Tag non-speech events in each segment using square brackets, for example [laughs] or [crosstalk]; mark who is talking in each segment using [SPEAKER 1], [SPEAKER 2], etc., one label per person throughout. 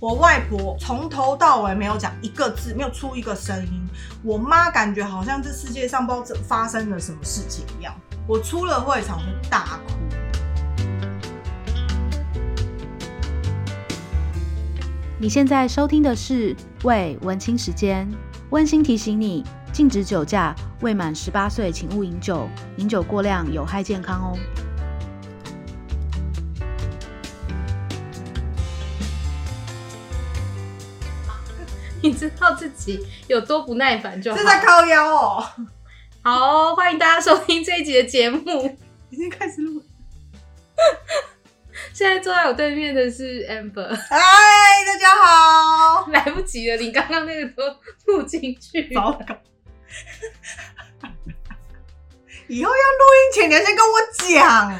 [SPEAKER 1] 我外婆从头到尾没有讲一个字，没有出一个声音。我妈感觉好像这世界上不知道怎发生了什么事情一样。我出了会场就大 [laughs] 哭。
[SPEAKER 2] 你现在收听的是《为文青时间》，温馨提醒你：禁止酒驾，未满十八岁请勿饮酒，饮酒过量有害健康哦。
[SPEAKER 3] [laughs] 你知道自己有多不耐烦就好
[SPEAKER 1] 这。在靠腰哦，
[SPEAKER 3] 好哦、欢迎大家收听这一集的节目。
[SPEAKER 1] 已经开始录了。
[SPEAKER 3] 现在坐在我对面的是 Amber，
[SPEAKER 1] 嗨，哎大家好。
[SPEAKER 3] 来不及了，你刚刚那个都录进去。
[SPEAKER 1] 糟糕。以后要录音前，你要先跟我 [laughs] 讲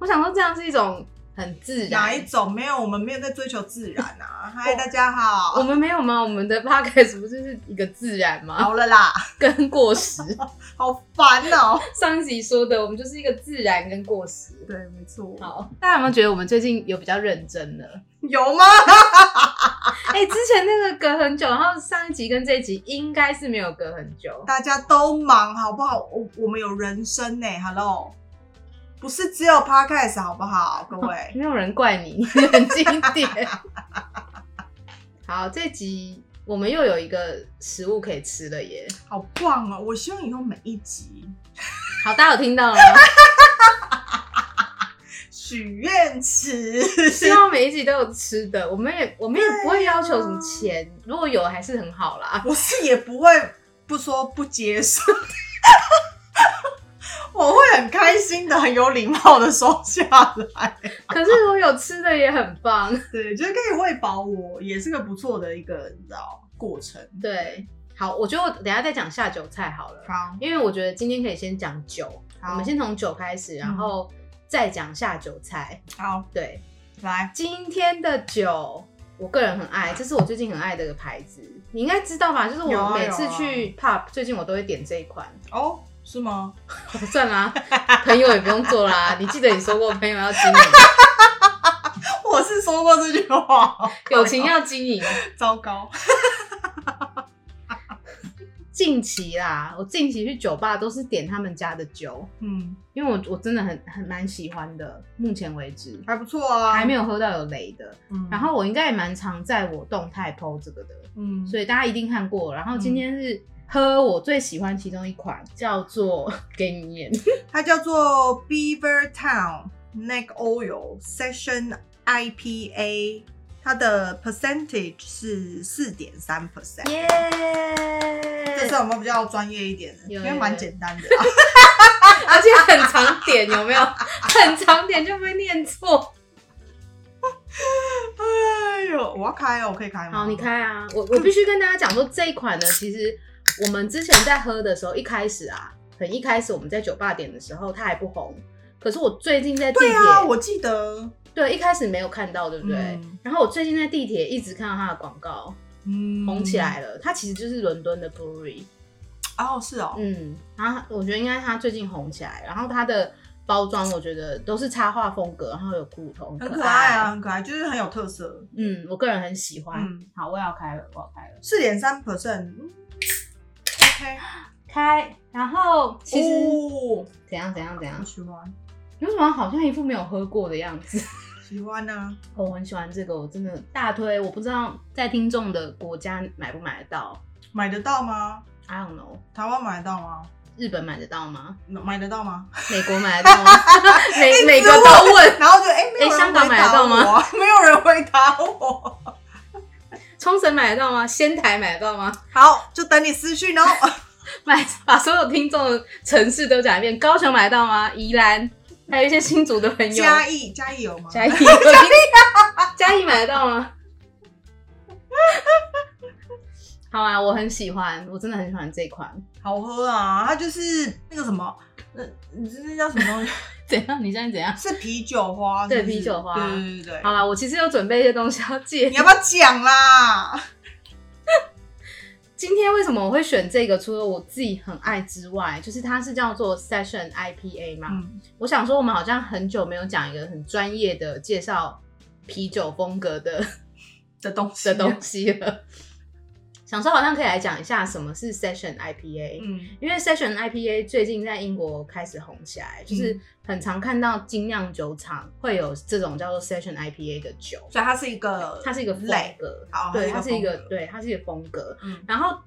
[SPEAKER 3] 我想说这样是一种很自然。
[SPEAKER 1] 哪一种？没有，我们没有在追求自然 [laughs] 啊。嗨，大家好。 [laughs]
[SPEAKER 3] 我们没有吗？我们的 podcast 不就是一个自然吗？
[SPEAKER 1] 好了啦，
[SPEAKER 3] 跟过
[SPEAKER 1] [laughs]
[SPEAKER 3] 时。
[SPEAKER 1] 好烦哦、
[SPEAKER 3] 上一集说的，我们就是一个自然跟过时。
[SPEAKER 1] 对，没错。
[SPEAKER 3] 好，大家有没有觉得我们最近有比较认真了？
[SPEAKER 1] [laughs] 有吗？
[SPEAKER 3] 哎、之前那个隔很久，然后上一集跟这一集应该是没有隔很久。
[SPEAKER 1] 大家都忙，好不好？我我们有人生呢、h e l l o 不是只有 podcast 好不好，各位？
[SPEAKER 3] [laughs] 没有人怪你，你很经典。好，这集我们又有一个食物可以吃了耶！
[SPEAKER 1] 好棒哦！我希望以后每一集
[SPEAKER 3] 好，大家有听到了吗？
[SPEAKER 1] 许愿池，
[SPEAKER 3] [laughs] 希望每一集都有吃的。我们也我们也不会要求什么钱，如果有还是很好 [laughs] 啦。
[SPEAKER 1] 我是也不会不说不接受， [laughs] 我会很开心的，很有礼貌的收下来。
[SPEAKER 3] 可是如果有吃的也很棒。 [laughs]
[SPEAKER 1] 对，就是可以喂饱我，也是个不错的一个你知道过程。
[SPEAKER 3] 对，好，我觉得我等一下再讲下酒菜好了，
[SPEAKER 1] 好，
[SPEAKER 3] 因为我觉得今天可以先讲酒，
[SPEAKER 1] 好
[SPEAKER 3] 我们先从酒开始，然后再讲下酒菜。
[SPEAKER 1] 好，
[SPEAKER 3] 对，
[SPEAKER 1] 来，
[SPEAKER 3] 今天的酒，我个人很爱，这是我最近很爱的一个牌子，你应该知道吧？就是
[SPEAKER 1] 有
[SPEAKER 3] 我
[SPEAKER 1] 啊
[SPEAKER 3] 每
[SPEAKER 1] 有
[SPEAKER 3] 次
[SPEAKER 1] 啊
[SPEAKER 3] 去 pub，最近我都会点这一款。 [laughs]
[SPEAKER 1] 哦，是吗？ [laughs]
[SPEAKER 3] 算啦，朋友也不用做啦。你记得你说过，朋友要经营，
[SPEAKER 1] 我是说过这句话，
[SPEAKER 3] 友情要经营。
[SPEAKER 1] 糟糕。
[SPEAKER 3] 近期啦，我近期去酒吧都是点他们家的酒，
[SPEAKER 1] 嗯，
[SPEAKER 3] 因为我我真的很很蛮喜欢的，目前为止。
[SPEAKER 1] 还不错啊，
[SPEAKER 3] 还没有喝到有雷的，
[SPEAKER 1] 嗯。
[SPEAKER 3] 然后我应该也蛮常在我动态 PO 这个的，
[SPEAKER 1] 嗯，
[SPEAKER 3] 所
[SPEAKER 1] 以
[SPEAKER 3] 以大家一定看过。然后今天是喝我最喜欢其中一款，叫 [laughs] 做给你念，
[SPEAKER 1] 它叫做 Beaver Town Neck Oil Session IPA，它的 percentage 是四点三 percent。
[SPEAKER 3] [laughs] 耶！
[SPEAKER 1] 这是我们比较专业一点的，因
[SPEAKER 3] 有
[SPEAKER 1] 为
[SPEAKER 3] 有
[SPEAKER 1] 蛮
[SPEAKER 3] 有
[SPEAKER 1] 简单的、啊。
[SPEAKER 3] 而且很常点，有 [laughs] 没有？很常点就会念错。
[SPEAKER 1] [laughs] 哎呦，我要开哦，我可以开吗？
[SPEAKER 3] 好，你。开啊！我我必须跟大家讲说，这一款呢，其实我们之前在喝的时候，一开始啊，很一开始我们在酒吧点的时候，它还不红。可是我最近在地
[SPEAKER 1] 对
[SPEAKER 3] 铁，
[SPEAKER 1] 啊，我记得，
[SPEAKER 3] 对一开始没有看到，对不对？
[SPEAKER 1] 嗯
[SPEAKER 3] 然后我最近在地铁一直看到它的广告，
[SPEAKER 1] 嗯，
[SPEAKER 3] 红起来了。它其实就是伦敦的 Brewery，
[SPEAKER 1] 哦，是哦，
[SPEAKER 3] 嗯，然后我觉得应该它最近红起来，然后它的包装我觉得都是插画风格，然后有骷髅头，
[SPEAKER 1] 很
[SPEAKER 3] 可
[SPEAKER 1] 可爱啊，。很可爱，就是很有特色。
[SPEAKER 3] 嗯，我个人很喜欢。
[SPEAKER 1] 嗯
[SPEAKER 3] 好，我要开了，我要开了，
[SPEAKER 1] 四点三嗯 percent，OK，
[SPEAKER 3] 开。然后其实、
[SPEAKER 1] 哦，
[SPEAKER 3] 怎样怎样怎样
[SPEAKER 1] 我，喜欢，
[SPEAKER 3] 你为什么好像一副没有喝过的样子？ [laughs]
[SPEAKER 1] 喜欢啊，
[SPEAKER 3] 我很喜欢这个，我真的大推。我不知道在听众的国家买不买得到
[SPEAKER 1] 买得到吗？
[SPEAKER 3] ，I don't know。
[SPEAKER 1] 台湾买得到吗？
[SPEAKER 3] 日本买得到吗？
[SPEAKER 1] 买得到吗？
[SPEAKER 3] 美国买得到吗？ [laughs]
[SPEAKER 1] [laughs]
[SPEAKER 3] 每每
[SPEAKER 1] 一直
[SPEAKER 3] 个都问，
[SPEAKER 1] 然后就哎、没有
[SPEAKER 3] 哎
[SPEAKER 1] 人
[SPEAKER 3] 香港
[SPEAKER 1] 回
[SPEAKER 3] 买得
[SPEAKER 1] 答
[SPEAKER 3] 到吗
[SPEAKER 1] 我？ [laughs] 没有人回答我。
[SPEAKER 3] 冲绳买得到吗？仙台买得到吗？
[SPEAKER 1] 好，就等你私讯哦。
[SPEAKER 3] 买 [laughs] 把所有听众的城市都讲一遍，高雄买得到吗？宜兰，还有一些新竹的朋友，
[SPEAKER 1] 嘉义，嘉义有吗？
[SPEAKER 3] 嘉义， [laughs] 嘉义 [laughs] 买得到吗？好啊，我很喜欢，我真的很喜欢这款。
[SPEAKER 1] 好喝啊，它就是那个什么，那那叫什么
[SPEAKER 3] [laughs]
[SPEAKER 1] 东西？
[SPEAKER 3] 怎样？你现在怎样？
[SPEAKER 1] 是啤酒花是
[SPEAKER 3] 对
[SPEAKER 1] 不是
[SPEAKER 3] 啤酒花
[SPEAKER 1] 对对对
[SPEAKER 3] 好
[SPEAKER 1] 对。
[SPEAKER 3] 啦，我其实有准备一些东西要借
[SPEAKER 1] 你。要不要讲啦？
[SPEAKER 3] 今天为什么我会选这个？除了我自己很爱之外，就是它是叫做 Session IPA 嘛。
[SPEAKER 1] 嗯，
[SPEAKER 3] 我想说，我们好像很久没有讲一个很专业的介绍啤酒风格的
[SPEAKER 1] 的东西
[SPEAKER 3] 的东西了。 [laughs] 想说好像可以来讲一下什么是 Session IPA，、
[SPEAKER 1] 嗯，
[SPEAKER 3] 因为 Session IPA 最近在英国开始红起来，就是
[SPEAKER 1] 嗯
[SPEAKER 3] 很常看到精酿酒厂会有这种叫做 Session IPA 的酒，
[SPEAKER 1] 所以它是一个，
[SPEAKER 3] 它是一个风
[SPEAKER 1] 类，
[SPEAKER 3] 格
[SPEAKER 1] 哦，
[SPEAKER 3] 对，
[SPEAKER 1] 它
[SPEAKER 3] 它
[SPEAKER 1] 是
[SPEAKER 3] 是
[SPEAKER 1] 一
[SPEAKER 3] 一
[SPEAKER 1] 个
[SPEAKER 3] 个
[SPEAKER 1] 风格
[SPEAKER 3] 对，它是一个风格，
[SPEAKER 1] 嗯
[SPEAKER 3] 然后。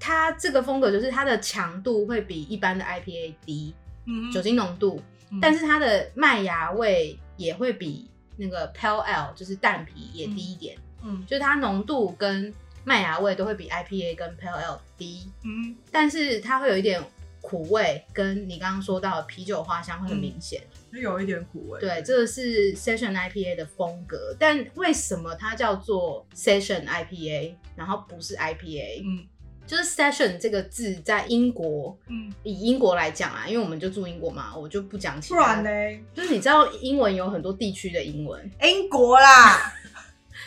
[SPEAKER 3] 它这个风格就是它的强度会比一般的 IPA 低，
[SPEAKER 1] 嗯
[SPEAKER 3] 酒精浓度，
[SPEAKER 1] 嗯
[SPEAKER 3] 但是它的麦芽味也会比那个 Pale Ale 就是淡啤也低一点，
[SPEAKER 1] 嗯
[SPEAKER 3] 就是它浓度跟麦芽味都会比 IPA 跟 Pale Ale 低，
[SPEAKER 1] 嗯
[SPEAKER 3] 但是它会有一点苦味，跟你刚刚说到的啤酒花香会很
[SPEAKER 1] 嗯
[SPEAKER 3] 明显。
[SPEAKER 1] 就有一点苦味，
[SPEAKER 3] 对，这个是 Session IPA 的风格，但为什么它叫做 Session IPA，然后不是 IPA？、
[SPEAKER 1] 嗯
[SPEAKER 3] 就是 Session 这个字在英国。
[SPEAKER 1] 嗯，
[SPEAKER 3] 以英国来讲啊，因为我们就住英国嘛，我就不讲
[SPEAKER 1] 不
[SPEAKER 3] 其他
[SPEAKER 1] 然
[SPEAKER 3] 的
[SPEAKER 1] 嘞，
[SPEAKER 3] 就是你知道英文有很多地区的英文，
[SPEAKER 1] 英国
[SPEAKER 3] [laughs]
[SPEAKER 1] 啦，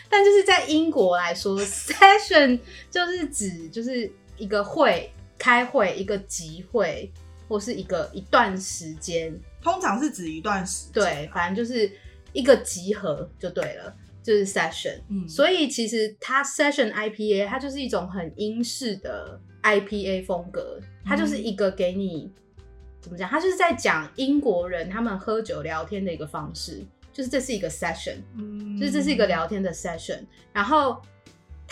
[SPEAKER 3] 但就是在英国来说，session 就是指就是一个会开会、一个集会或是一个一段时间，
[SPEAKER 1] 通常是指一段时间，
[SPEAKER 3] 对，反正就是一个集合就对了，就是 session。
[SPEAKER 1] 嗯，
[SPEAKER 3] 所以其实它 session IPA 它就是一种很英式的 IPA 风格，它就是一个给你、怎么讲，它就是在讲英国人他们喝酒聊天的一个方式，就是这是一个 session。
[SPEAKER 1] 以
[SPEAKER 3] 就是这是一个，聊天的 session，然后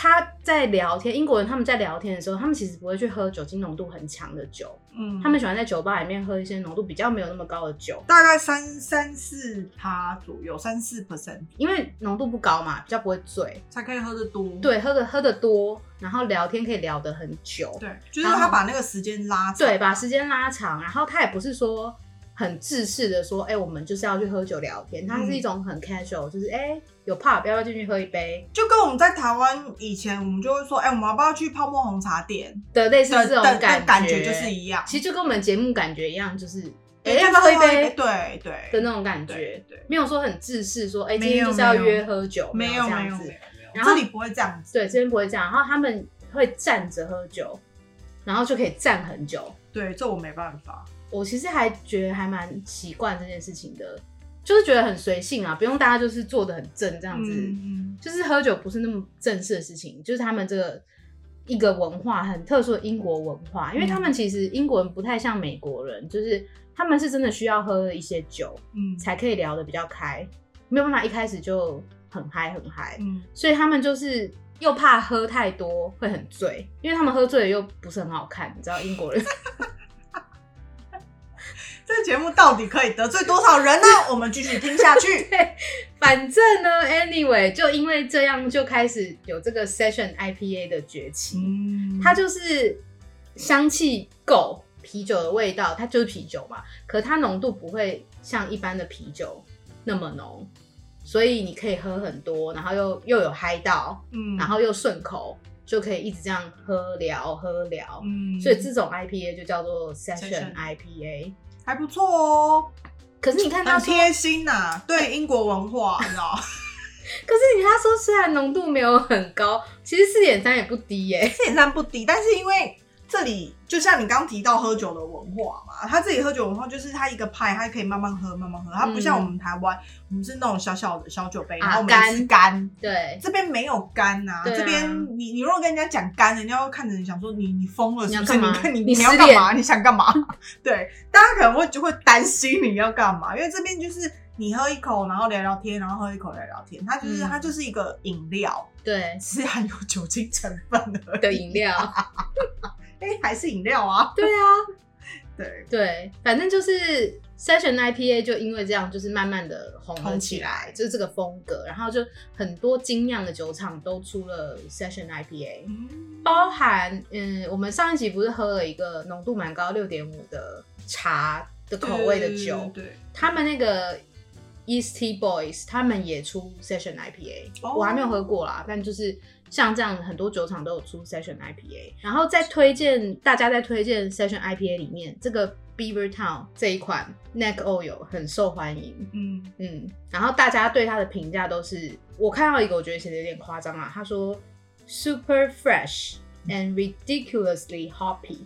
[SPEAKER 3] 他在聊天，英国人他们在聊天的时候，他们其实不会去喝酒精浓度很强的酒，
[SPEAKER 1] 嗯
[SPEAKER 3] 他们喜欢在酒吧里面喝一些浓度比较没有那么高的酒，
[SPEAKER 1] 大概三三四趴左右，三四 percent
[SPEAKER 3] 因为浓度不高嘛，比较不会醉。
[SPEAKER 1] 才可以喝得多，
[SPEAKER 3] 对，喝的喝的多，然后聊天可以聊得很久，
[SPEAKER 1] 对，就是他把那个时间拉长，
[SPEAKER 3] 对，把时间拉长，然后他也不是说。很制式的说，哎、我们就是要去喝酒聊天，它
[SPEAKER 1] 嗯
[SPEAKER 3] 是一种很 casual，、就是哎、有 pub 要不要进去喝一杯
[SPEAKER 1] 就跟我们在台湾以前，我们就会说，哎、我们要不要去泡沫红茶店
[SPEAKER 3] 的类似
[SPEAKER 1] 的
[SPEAKER 3] 这种
[SPEAKER 1] 的
[SPEAKER 3] 感
[SPEAKER 1] 的感觉就是一样，
[SPEAKER 3] 其实就跟我们节目感觉一样，就是哎、
[SPEAKER 1] 对
[SPEAKER 3] 要
[SPEAKER 1] 就
[SPEAKER 3] 不要喝
[SPEAKER 1] 是
[SPEAKER 3] 一杯
[SPEAKER 1] 对对
[SPEAKER 3] 的那种感觉
[SPEAKER 1] 对，对，
[SPEAKER 3] 没有说很自私，说哎、
[SPEAKER 1] 没有
[SPEAKER 3] 今天就是要约喝酒，
[SPEAKER 1] 没有
[SPEAKER 3] 这
[SPEAKER 1] 没
[SPEAKER 3] 样
[SPEAKER 1] 有
[SPEAKER 3] 子
[SPEAKER 1] 没。有，
[SPEAKER 3] 然后
[SPEAKER 1] 这里不会这样子，
[SPEAKER 3] 对，这边不会这样。然后他们会站着喝酒，然后就可以站很久。
[SPEAKER 1] 对，这我没办法，
[SPEAKER 3] 我其实还觉得还蛮习惯这件事情的，就是觉得很随性啊，不用大家就是坐的很正这
[SPEAKER 1] 这
[SPEAKER 3] 样子。
[SPEAKER 1] 嗯
[SPEAKER 3] 就是喝酒不是那么正式的事情，就是他们这个一个文化很特殊的英国文化，因为他们其实英国人不太像美国人，就是他们是真的需要喝一些酒
[SPEAKER 1] 嗯
[SPEAKER 3] 才可以聊得比较开，没有办法一开始就很嗨很嗨，
[SPEAKER 1] 嗯
[SPEAKER 3] 所以他们就是又怕喝太多会很醉，因为他们喝醉了又不是很好看，你知道英国人
[SPEAKER 1] 这节目到底可以得罪多少
[SPEAKER 3] [laughs]
[SPEAKER 1] 人呢？我们继续听下去。
[SPEAKER 3] 反正呢，anyway 就因为这样就开始有这个 session IPA 的崛起，
[SPEAKER 1] 嗯
[SPEAKER 3] 它就是香气够，啤酒的味道，它就是啤酒嘛。可它浓度不会像一般的啤酒那么浓，所以你可以喝很多，然后又又有嗨到，
[SPEAKER 1] 嗯
[SPEAKER 3] 然后又顺口，就可以一直这样喝聊喝聊。
[SPEAKER 1] 嗯
[SPEAKER 3] 所以这种 IPA 就叫做
[SPEAKER 1] Session
[SPEAKER 3] session IPA。
[SPEAKER 1] 还不错哦，
[SPEAKER 3] 可是你看他
[SPEAKER 1] 很
[SPEAKER 3] 说，
[SPEAKER 1] 贴心呐、对英国文化，你知
[SPEAKER 3] [laughs]
[SPEAKER 1] 道，
[SPEAKER 3] 可是你看他说虽然浓度没有很高，其实四点三也不低耶、
[SPEAKER 1] 这点上不低，但是因为。这里就像你刚提到喝酒的文化嘛，他自己喝酒文化就是他一个派，他可以慢慢喝，慢慢喝，他不像
[SPEAKER 3] 嗯
[SPEAKER 1] 我们台湾，我们是那种小小的小酒杯，然后我们
[SPEAKER 3] 啊干
[SPEAKER 1] 是干，
[SPEAKER 3] 对，
[SPEAKER 1] 这边没有干呐、
[SPEAKER 3] 对啊
[SPEAKER 1] 这边你你如果跟人家讲干，人家会看着你想说你你疯了
[SPEAKER 3] 你
[SPEAKER 1] 是
[SPEAKER 3] 要
[SPEAKER 1] 不是？你
[SPEAKER 3] 干嘛
[SPEAKER 1] 看你
[SPEAKER 3] 你
[SPEAKER 1] 你要
[SPEAKER 3] 失
[SPEAKER 1] 干
[SPEAKER 3] 恋
[SPEAKER 1] 嘛？你想干嘛？ [laughs] 对，大家可能会就会担心你要干嘛，因为这边就是你喝一口，然后聊聊天，然后喝一口聊聊天，它就是、
[SPEAKER 3] 嗯
[SPEAKER 1] 它就是一个饮料，
[SPEAKER 3] 对
[SPEAKER 1] 只是含有酒精成分 [laughs] 而已
[SPEAKER 3] 的饮，料。
[SPEAKER 1] 哎、还是饮料啊，
[SPEAKER 3] 对啊，
[SPEAKER 1] [laughs] 对，
[SPEAKER 3] 对，反正就是 Session IPA 就因为这样，就是慢慢的红了
[SPEAKER 1] 红
[SPEAKER 3] 起
[SPEAKER 1] 起来
[SPEAKER 3] 来，就是这个风格。然后就很多精酿的酒厂都出了 Session IPA，
[SPEAKER 1] 嗯
[SPEAKER 3] 包含嗯，我们上一集不是喝了一个浓度蛮高六点五的茶的口味的酒，
[SPEAKER 1] 嗯对，
[SPEAKER 3] 他们那个 Easty Boys 他们也出 Session IPA，、
[SPEAKER 1] 哦
[SPEAKER 3] 我还没有喝过啦，但就是像这样很多酒厂都有出 Session IPA。然后在推荐大家在推荐 Session IPA 里面，这个 Beaver Town 这一款 Neck Oil 很受欢迎，
[SPEAKER 1] 嗯
[SPEAKER 3] 嗯，然后大家对它的评价都是，我看到一个我觉得写的有点夸张啊，他说 Super Fresh and ridiculously hoppy。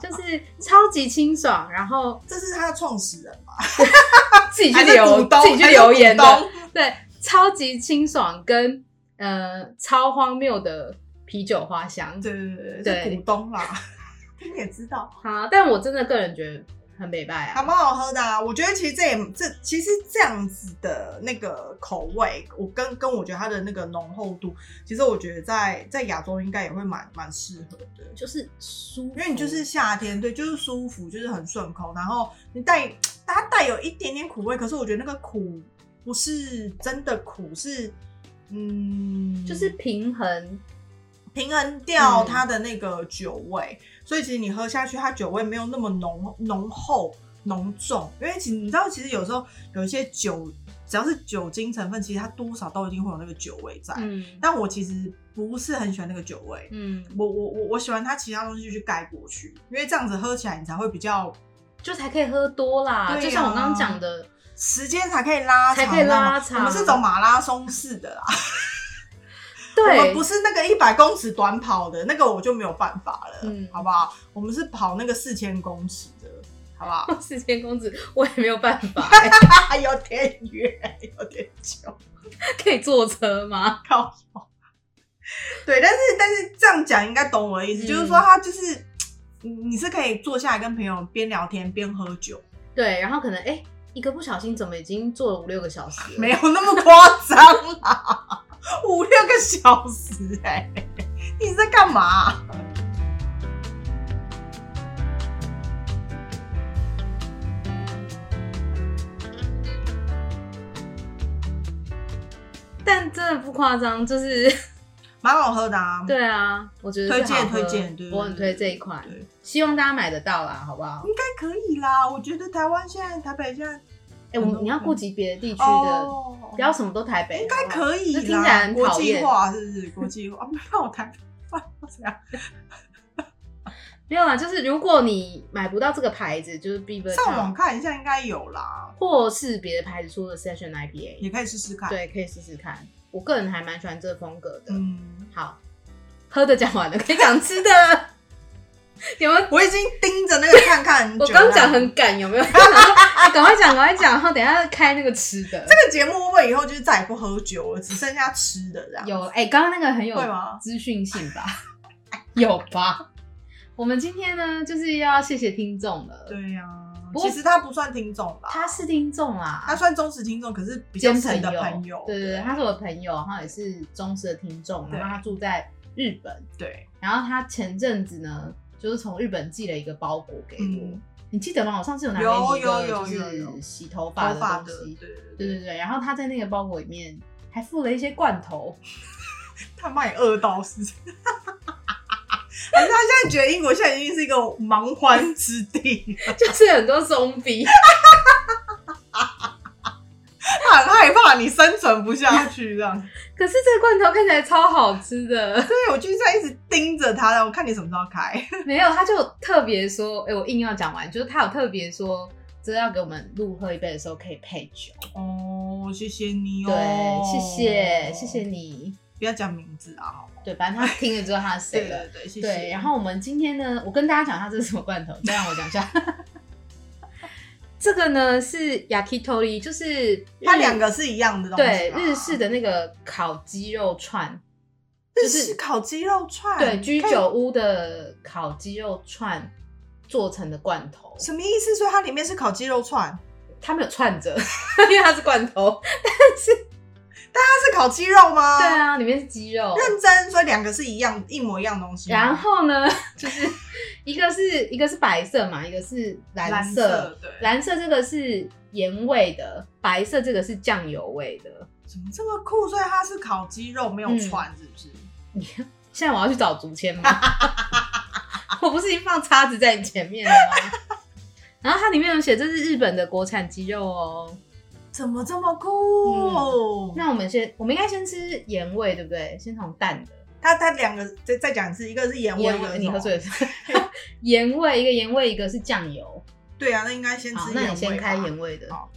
[SPEAKER 3] 就是超级清爽，然后
[SPEAKER 1] 这是他的创始人吧，
[SPEAKER 3] 自己去
[SPEAKER 1] 还是
[SPEAKER 3] 留
[SPEAKER 1] 股东，
[SPEAKER 3] 自己去
[SPEAKER 1] 还是
[SPEAKER 3] 留言
[SPEAKER 1] 股
[SPEAKER 3] 的，
[SPEAKER 1] 东
[SPEAKER 3] [laughs] 对，超级清爽跟呃超荒谬的啤酒花香。
[SPEAKER 1] 对对对对，
[SPEAKER 3] 对
[SPEAKER 1] 是股东啦， [laughs] 你也知道。
[SPEAKER 3] 好，但我真的个人觉得很美败
[SPEAKER 1] 还
[SPEAKER 3] 啊。
[SPEAKER 1] 蛮好喝的啊！我觉得其实这也这其实这样子的那个口味，我跟跟我觉得它的那个浓厚度，其实我觉得在在亚洲应该也会蛮蛮适合的，
[SPEAKER 3] 就是舒服，
[SPEAKER 1] 因为你就是夏天，对，就是舒服，就是很顺口，然后你带它带有一点点苦味，可是我觉得那个苦不是真的苦，是嗯，
[SPEAKER 3] 就是平衡，
[SPEAKER 1] 平衡掉
[SPEAKER 3] 嗯
[SPEAKER 1] 它的那个酒味，所以其实你喝下去，它酒味没有那么浓浓厚浓重，因为其实你知道，其实有时候有一些酒，只要是酒精成分，其实它多少都一定会有那个酒味在。
[SPEAKER 3] 嗯
[SPEAKER 1] 但我其实不是很喜欢那个酒味，
[SPEAKER 3] 嗯，
[SPEAKER 1] 我我我我喜欢它其他东西去盖过去，因为这样子喝起来你才会比较
[SPEAKER 3] 就才可以喝多啦。
[SPEAKER 1] 对啊
[SPEAKER 3] 就像我刚刚讲的，
[SPEAKER 1] 时间才可以拉长，
[SPEAKER 3] 才可以拉
[SPEAKER 1] 你知道吗
[SPEAKER 3] 长
[SPEAKER 1] 我们是走马拉松式的啦，我
[SPEAKER 3] 对
[SPEAKER 1] 们，不
[SPEAKER 3] [laughs]
[SPEAKER 1] 是那个一百公尺短跑的那个，我就没有办法了，
[SPEAKER 3] 嗯
[SPEAKER 1] 好不好？我们是跑那个四千公尺的，好不
[SPEAKER 3] [laughs]
[SPEAKER 1] 好？
[SPEAKER 3] 世间公子，我也没有办法，
[SPEAKER 1] [laughs] 啊，有点远，有点久，
[SPEAKER 3] 可以坐车吗？
[SPEAKER 1] 靠腰对，但是但是这样讲应该懂我的意思，
[SPEAKER 3] 嗯
[SPEAKER 1] 就是说他就是你你是可以坐下来跟朋友边聊天边喝酒，
[SPEAKER 3] 对，然后可能哎、一个不小心怎么已经坐了五六个小时了？
[SPEAKER 1] 没有那么夸张啦， [laughs] 五六个小时哎、 [laughs] 你在干嘛、
[SPEAKER 3] 但真的不夸张，就是
[SPEAKER 1] 蛮好喝的啊，
[SPEAKER 3] 对啊，我觉得是
[SPEAKER 1] 推荐
[SPEAKER 3] 好喝
[SPEAKER 1] 推荐对
[SPEAKER 3] 我很推这一款
[SPEAKER 1] 对，嗯
[SPEAKER 3] 希望大家买得到啦，好不好？
[SPEAKER 1] 应该可以啦。我觉得台湾现在台北现在
[SPEAKER 3] 哎、我
[SPEAKER 1] 很多
[SPEAKER 3] 们你要顾及别的地区的，
[SPEAKER 1] 嗯哦
[SPEAKER 3] 不要什么都台北，
[SPEAKER 1] 应该
[SPEAKER 3] 以。
[SPEAKER 1] 可以啦，
[SPEAKER 3] 这听起来很
[SPEAKER 1] 国
[SPEAKER 3] 讨
[SPEAKER 1] 际
[SPEAKER 3] 厌
[SPEAKER 1] 化是不是？国际化，啊 [laughs] 没有台湾这样。
[SPEAKER 3] 没有啦，就是如果你买不到这个牌子，就是 b e v e r
[SPEAKER 1] 上网看一下应该有啦，
[SPEAKER 3] 或是别的牌子出的 Session
[SPEAKER 1] 也
[SPEAKER 3] IPA，
[SPEAKER 1] 可以试试看。，
[SPEAKER 3] 对，可以试试看。我个人还蛮喜欢这个风格的。
[SPEAKER 1] 嗯，
[SPEAKER 3] 好，喝的讲完了，可以
[SPEAKER 1] [laughs]
[SPEAKER 3] 讲吃的。有没有？
[SPEAKER 1] 我已经盯着那个看看很久
[SPEAKER 3] [laughs] 我
[SPEAKER 1] 了。
[SPEAKER 3] 刚讲很赶，有没有？ [laughs] 我想说哎赶、快讲，赶快讲，然后等一下开那个吃的。
[SPEAKER 1] 这个节目，会不会以后就是再也不喝酒了，只剩下吃的这样？
[SPEAKER 3] 有哎，刚、刚那个很有
[SPEAKER 1] 会吗
[SPEAKER 3] 资讯性吧？ [laughs] 有吧？我们今天呢，就是要谢谢听众了。
[SPEAKER 1] 对呀、
[SPEAKER 3] 不过
[SPEAKER 1] 其实他不算听众吧，
[SPEAKER 3] 他是听众啦，
[SPEAKER 1] 他算忠实听众，可是比较深的
[SPEAKER 3] 朋
[SPEAKER 1] 友。
[SPEAKER 3] 对对对，他是我的朋友，然后也是忠实的听众，
[SPEAKER 1] 对
[SPEAKER 3] 然后他住在日本，
[SPEAKER 1] 对，
[SPEAKER 3] 然后他前阵子呢，就是从日本寄了一个包裹给我，
[SPEAKER 1] 嗯
[SPEAKER 3] 你记得吗？我上次有拿给
[SPEAKER 1] 有
[SPEAKER 3] 你一
[SPEAKER 1] 有
[SPEAKER 3] 个
[SPEAKER 1] 有
[SPEAKER 3] 就
[SPEAKER 1] 有有
[SPEAKER 3] 是洗头
[SPEAKER 1] 头
[SPEAKER 3] 发的
[SPEAKER 1] 发
[SPEAKER 3] 东
[SPEAKER 1] 的，
[SPEAKER 3] 西，
[SPEAKER 1] 对对
[SPEAKER 3] 对
[SPEAKER 1] 对，
[SPEAKER 3] 对对，然后他在那个包裹里面还附了一些
[SPEAKER 1] [laughs]
[SPEAKER 3] 罐头，
[SPEAKER 1] 他妈也饿到是。 [laughs] 还是他现在觉得英国现在已经是一个蛮荒之地
[SPEAKER 3] [laughs]
[SPEAKER 1] 了
[SPEAKER 3] 就是很多松饼，
[SPEAKER 1] 他很害怕你生存不下去这
[SPEAKER 3] [laughs]
[SPEAKER 1] 样。
[SPEAKER 3] 可是这个罐头看起来超好吃的， [laughs]
[SPEAKER 1] 对，我就是在一直盯着他，我看你什么时候开。
[SPEAKER 3] 没有，他就特别说，哎、我硬要讲完，就是他有特别说。这要给我们录喝一杯的时候可以配酒，
[SPEAKER 1] [laughs] 哦，谢谢你哦，
[SPEAKER 3] 对，谢谢，谢谢，你，
[SPEAKER 1] 不要讲名字啊，好吗
[SPEAKER 3] 对，反正他听了之后他是谁
[SPEAKER 1] 对
[SPEAKER 3] 了，
[SPEAKER 1] 对对，谢谢。
[SPEAKER 3] 对，然后我们今天呢，我跟大家讲一下这是什么罐头，再让我讲一下。
[SPEAKER 1] [laughs]
[SPEAKER 3] 这个呢是 yakitori，就是日
[SPEAKER 1] 它两个是一样的东西
[SPEAKER 3] 对
[SPEAKER 1] 吗
[SPEAKER 3] 日式的那个烤鸡肉串，
[SPEAKER 1] 日
[SPEAKER 3] 就是
[SPEAKER 1] 式烤鸡肉串，
[SPEAKER 3] 对居
[SPEAKER 1] 啊可以
[SPEAKER 3] 酒屋的烤鸡肉串做成的罐头，
[SPEAKER 1] 什么意思？所以它里面是烤鸡肉串，
[SPEAKER 3] 它没有串着， [laughs] 因为它是罐头。
[SPEAKER 1] 它是烤鸡肉吗？
[SPEAKER 3] 对。啊，里面是鸡肉。
[SPEAKER 1] 认真，所以两个是一样一模一样的东西吗。
[SPEAKER 3] 然后呢， [laughs] 就是一个是一个是白色嘛，一个是蓝
[SPEAKER 1] 蓝
[SPEAKER 3] 色。
[SPEAKER 1] 对，
[SPEAKER 3] 蓝色这个是盐味的，白色这个是酱油味的。
[SPEAKER 1] 怎么这么酷？所以它是烤鸡肉，没有
[SPEAKER 3] 嗯
[SPEAKER 1] 串，是不是？
[SPEAKER 3] 现在我要去找竹签 [laughs] 吗？我不是已经放叉子在你前面了吗？ [laughs] 然后它里面有写这是日本的国产鸡肉哦。
[SPEAKER 1] 怎么这么酷？
[SPEAKER 3] 那我们先，我们应该先吃盐味，对不对？先从淡的
[SPEAKER 1] 它它两个再再讲一次，一个是盐味，一个是
[SPEAKER 3] 你
[SPEAKER 1] 什么
[SPEAKER 3] 喝醉了。 [laughs] 盐味一个盐味，一个是酱油。
[SPEAKER 1] 对啊，那应该先
[SPEAKER 3] 好
[SPEAKER 1] 吃，
[SPEAKER 3] 那
[SPEAKER 1] 盐
[SPEAKER 3] 你
[SPEAKER 1] 味
[SPEAKER 3] 先开
[SPEAKER 1] 吧
[SPEAKER 3] 盐味的
[SPEAKER 1] 好。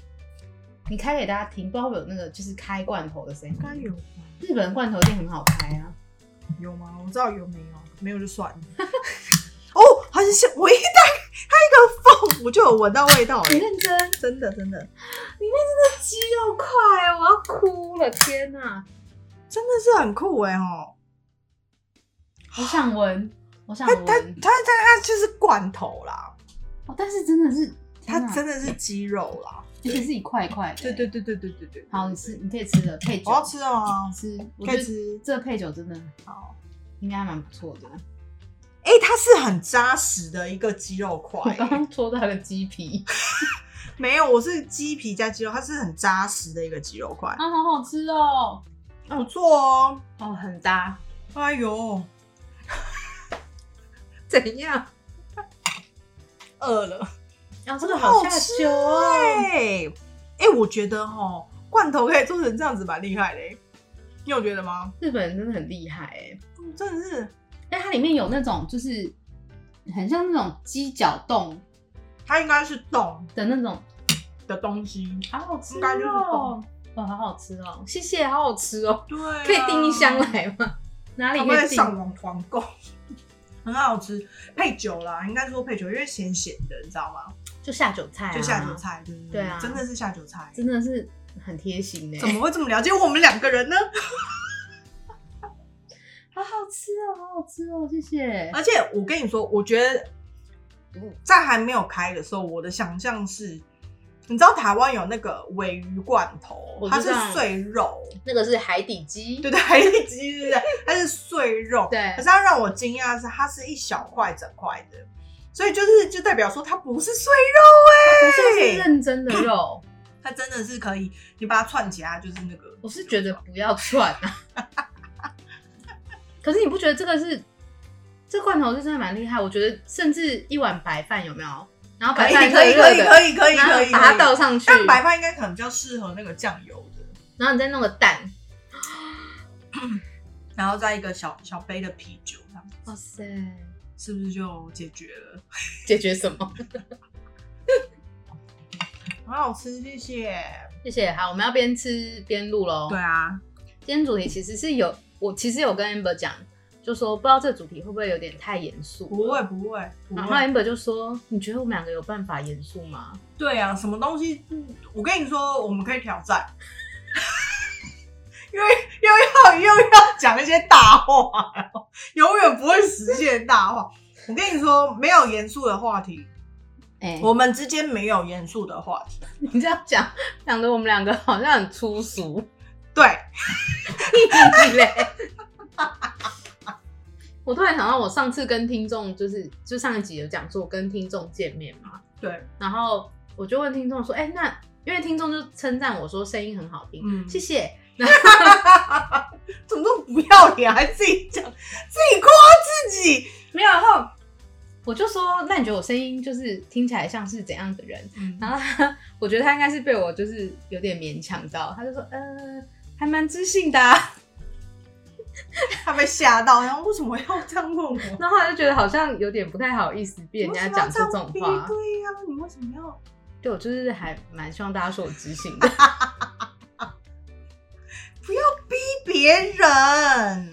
[SPEAKER 3] 你开给大家听，不知道会不会有那个就是开罐头的声音
[SPEAKER 1] 应。该有
[SPEAKER 3] 日本的罐头一定很好开啊。 [laughs]
[SPEAKER 1] 有吗？我知道有没有，没有就算了。哦，好像是我一打开，它一个缝我就有闻到味道了
[SPEAKER 3] 你，认真，
[SPEAKER 1] 真的真的
[SPEAKER 3] 里面真的鸡肉块，
[SPEAKER 1] 哦
[SPEAKER 3] 我要哭了，天哪！
[SPEAKER 1] 真的是很酷哎、哦，
[SPEAKER 3] 我想闻，我想
[SPEAKER 1] 它它它
[SPEAKER 3] 闻、
[SPEAKER 1] 它它就是罐头啦，
[SPEAKER 3] 哦，但是真的是，
[SPEAKER 1] 它
[SPEAKER 3] 天哪
[SPEAKER 1] 真的是鸡肉啦，
[SPEAKER 3] 而且是一块一块的。欸
[SPEAKER 1] 对对对对对对对，
[SPEAKER 3] 好，你吃，你可以吃了，配酒。
[SPEAKER 1] 我要吃啊，
[SPEAKER 3] 吃，我
[SPEAKER 1] 可
[SPEAKER 3] 觉
[SPEAKER 1] 以
[SPEAKER 3] 得
[SPEAKER 1] 吃。
[SPEAKER 3] 这配酒真的
[SPEAKER 1] 好，
[SPEAKER 3] 应该还蛮不错的。
[SPEAKER 1] 哎、它是很扎实的一个鸡肉
[SPEAKER 3] [laughs] 我
[SPEAKER 1] 块、
[SPEAKER 3] 刚刚戳到了鸡皮，
[SPEAKER 1] 没有，我是鸡皮加鸡肉，它是很扎实的一个鸡肉块，
[SPEAKER 3] 啊，好好吃哦，
[SPEAKER 1] 不错哦。
[SPEAKER 3] 哦，很搭。
[SPEAKER 1] 哎呦，
[SPEAKER 3] [laughs] 怎样？
[SPEAKER 1] 饿了，
[SPEAKER 3] 啊，这
[SPEAKER 1] 真
[SPEAKER 3] 个
[SPEAKER 1] 的
[SPEAKER 3] 好下
[SPEAKER 1] 吃
[SPEAKER 3] 酒哦。
[SPEAKER 1] 哎、哎，我觉得哦，罐头可以做成这样子蛮厉害的、你有觉得吗？
[SPEAKER 3] 日本人真的很厉害哎，
[SPEAKER 1] 嗯真的是，
[SPEAKER 3] 但它里面有那种就是很像那种鸡脚冻
[SPEAKER 1] 它应该是冻
[SPEAKER 3] 的那种，
[SPEAKER 1] 的东西，
[SPEAKER 3] 好好吃
[SPEAKER 1] 应该就是
[SPEAKER 3] 哦
[SPEAKER 1] 冻。
[SPEAKER 3] 哦，好好吃哦，谢谢，好好吃哦。
[SPEAKER 1] 对啊、
[SPEAKER 3] 可以订一箱来吗？ [laughs] 哪里
[SPEAKER 1] 赶
[SPEAKER 3] 可
[SPEAKER 1] 快
[SPEAKER 3] 以订？
[SPEAKER 1] 上网团购， [laughs] 很好吃，配酒啦，应该说配酒，因为咸咸的，你知道吗？
[SPEAKER 3] 就下酒菜、啊，
[SPEAKER 1] 就下酒，菜，对不
[SPEAKER 3] 对啊
[SPEAKER 1] 真的是下酒菜，
[SPEAKER 3] 真的是很贴心欸呢、
[SPEAKER 1] 怎么会这么了解我们两个人呢？
[SPEAKER 3] 好好吃哦，好好吃哦，谢谢。
[SPEAKER 1] 而且我跟你说，我觉得在还没有开的时候，我的想象是，你知道台湾有那个尾鱼罐头
[SPEAKER 3] 我，
[SPEAKER 1] 它
[SPEAKER 3] 知
[SPEAKER 1] 是
[SPEAKER 3] 道
[SPEAKER 1] 碎
[SPEAKER 3] [laughs]
[SPEAKER 1] 肉，
[SPEAKER 3] 那个是海底鸡，
[SPEAKER 1] 对对，海底鸡对不对？它是碎肉，
[SPEAKER 3] 对
[SPEAKER 1] 可是它让我惊讶的是，它是一小块整块的，所以就是就代表说它不是碎
[SPEAKER 3] 我
[SPEAKER 1] 肉哎、
[SPEAKER 3] 是认真的肉，
[SPEAKER 1] 它真的是可以，你把它串起来，它就是那个。
[SPEAKER 3] 我是觉得不要串啊。 [laughs] 可是你不觉得这个是这罐头是真的蛮厉害？我觉得甚至一碗白饭有没有？然后
[SPEAKER 1] 可
[SPEAKER 3] 白
[SPEAKER 1] 以
[SPEAKER 3] 饭
[SPEAKER 1] 可以
[SPEAKER 3] 热热
[SPEAKER 1] 可
[SPEAKER 3] 的
[SPEAKER 1] 以可以可以
[SPEAKER 3] 然后
[SPEAKER 1] 可以，
[SPEAKER 3] 把它
[SPEAKER 1] 可以
[SPEAKER 3] 倒上去，
[SPEAKER 1] 但白饭应该可能比较适合那个酱油的，
[SPEAKER 3] 然后你再弄个蛋，
[SPEAKER 1] 然后再一个小小杯的啤酒，这样
[SPEAKER 3] 哇塞，
[SPEAKER 1] 是不是就解决了？
[SPEAKER 3] 解决什么？
[SPEAKER 1] 哎很好吃，谢谢。
[SPEAKER 3] 谢谢。好，我们要边吃边录喽。
[SPEAKER 1] 对啊，
[SPEAKER 3] 今天主题其实是有，我其实有跟 Amber 讲，就说不知道这主题会不会有点太严肃。
[SPEAKER 1] 不会不会不
[SPEAKER 3] 然后
[SPEAKER 1] 会，
[SPEAKER 3] Amber 就说：“你觉得我们两个有办法严肃吗
[SPEAKER 1] 对啊，什么东西？我跟你说，我们可以挑战， [laughs] 因为又要又要讲一些大话，永远不会实现大话。我跟你说，没有严肃的话题，？”
[SPEAKER 3] 哎、
[SPEAKER 1] 我们之间没有严肃的话题。
[SPEAKER 3] 你这样讲，讲得我们两个好像很粗俗。 [laughs]
[SPEAKER 1] 对，
[SPEAKER 3] 嘞我突然想到，我上次跟听众就是，就上一集有讲说，我跟听众见面嘛，
[SPEAKER 1] 对，
[SPEAKER 3] 然后我就问听众说：“哎、那因为听众就称赞我说声音很好听，
[SPEAKER 1] 嗯
[SPEAKER 3] 谢谢。”
[SPEAKER 1] 怎么都不要脸，还自己讲，自己夸自己。
[SPEAKER 3] 没有，然后我就说，那你觉得我声音就是听起来像是怎样的人？然后他，我觉得他应该是被我就是有点勉强到，他就说，呃，还蛮知性的啊、
[SPEAKER 1] 他被吓到，然后为什么要这样问我？
[SPEAKER 3] 然后他就觉得好像有点不太好意思被人家讲出这种
[SPEAKER 1] 你为什么要
[SPEAKER 3] 话
[SPEAKER 1] 样逼，对呀、你为什么要？
[SPEAKER 3] 对我就是还蛮希望大家说我知性的。 [laughs]
[SPEAKER 1] 不要逼别人，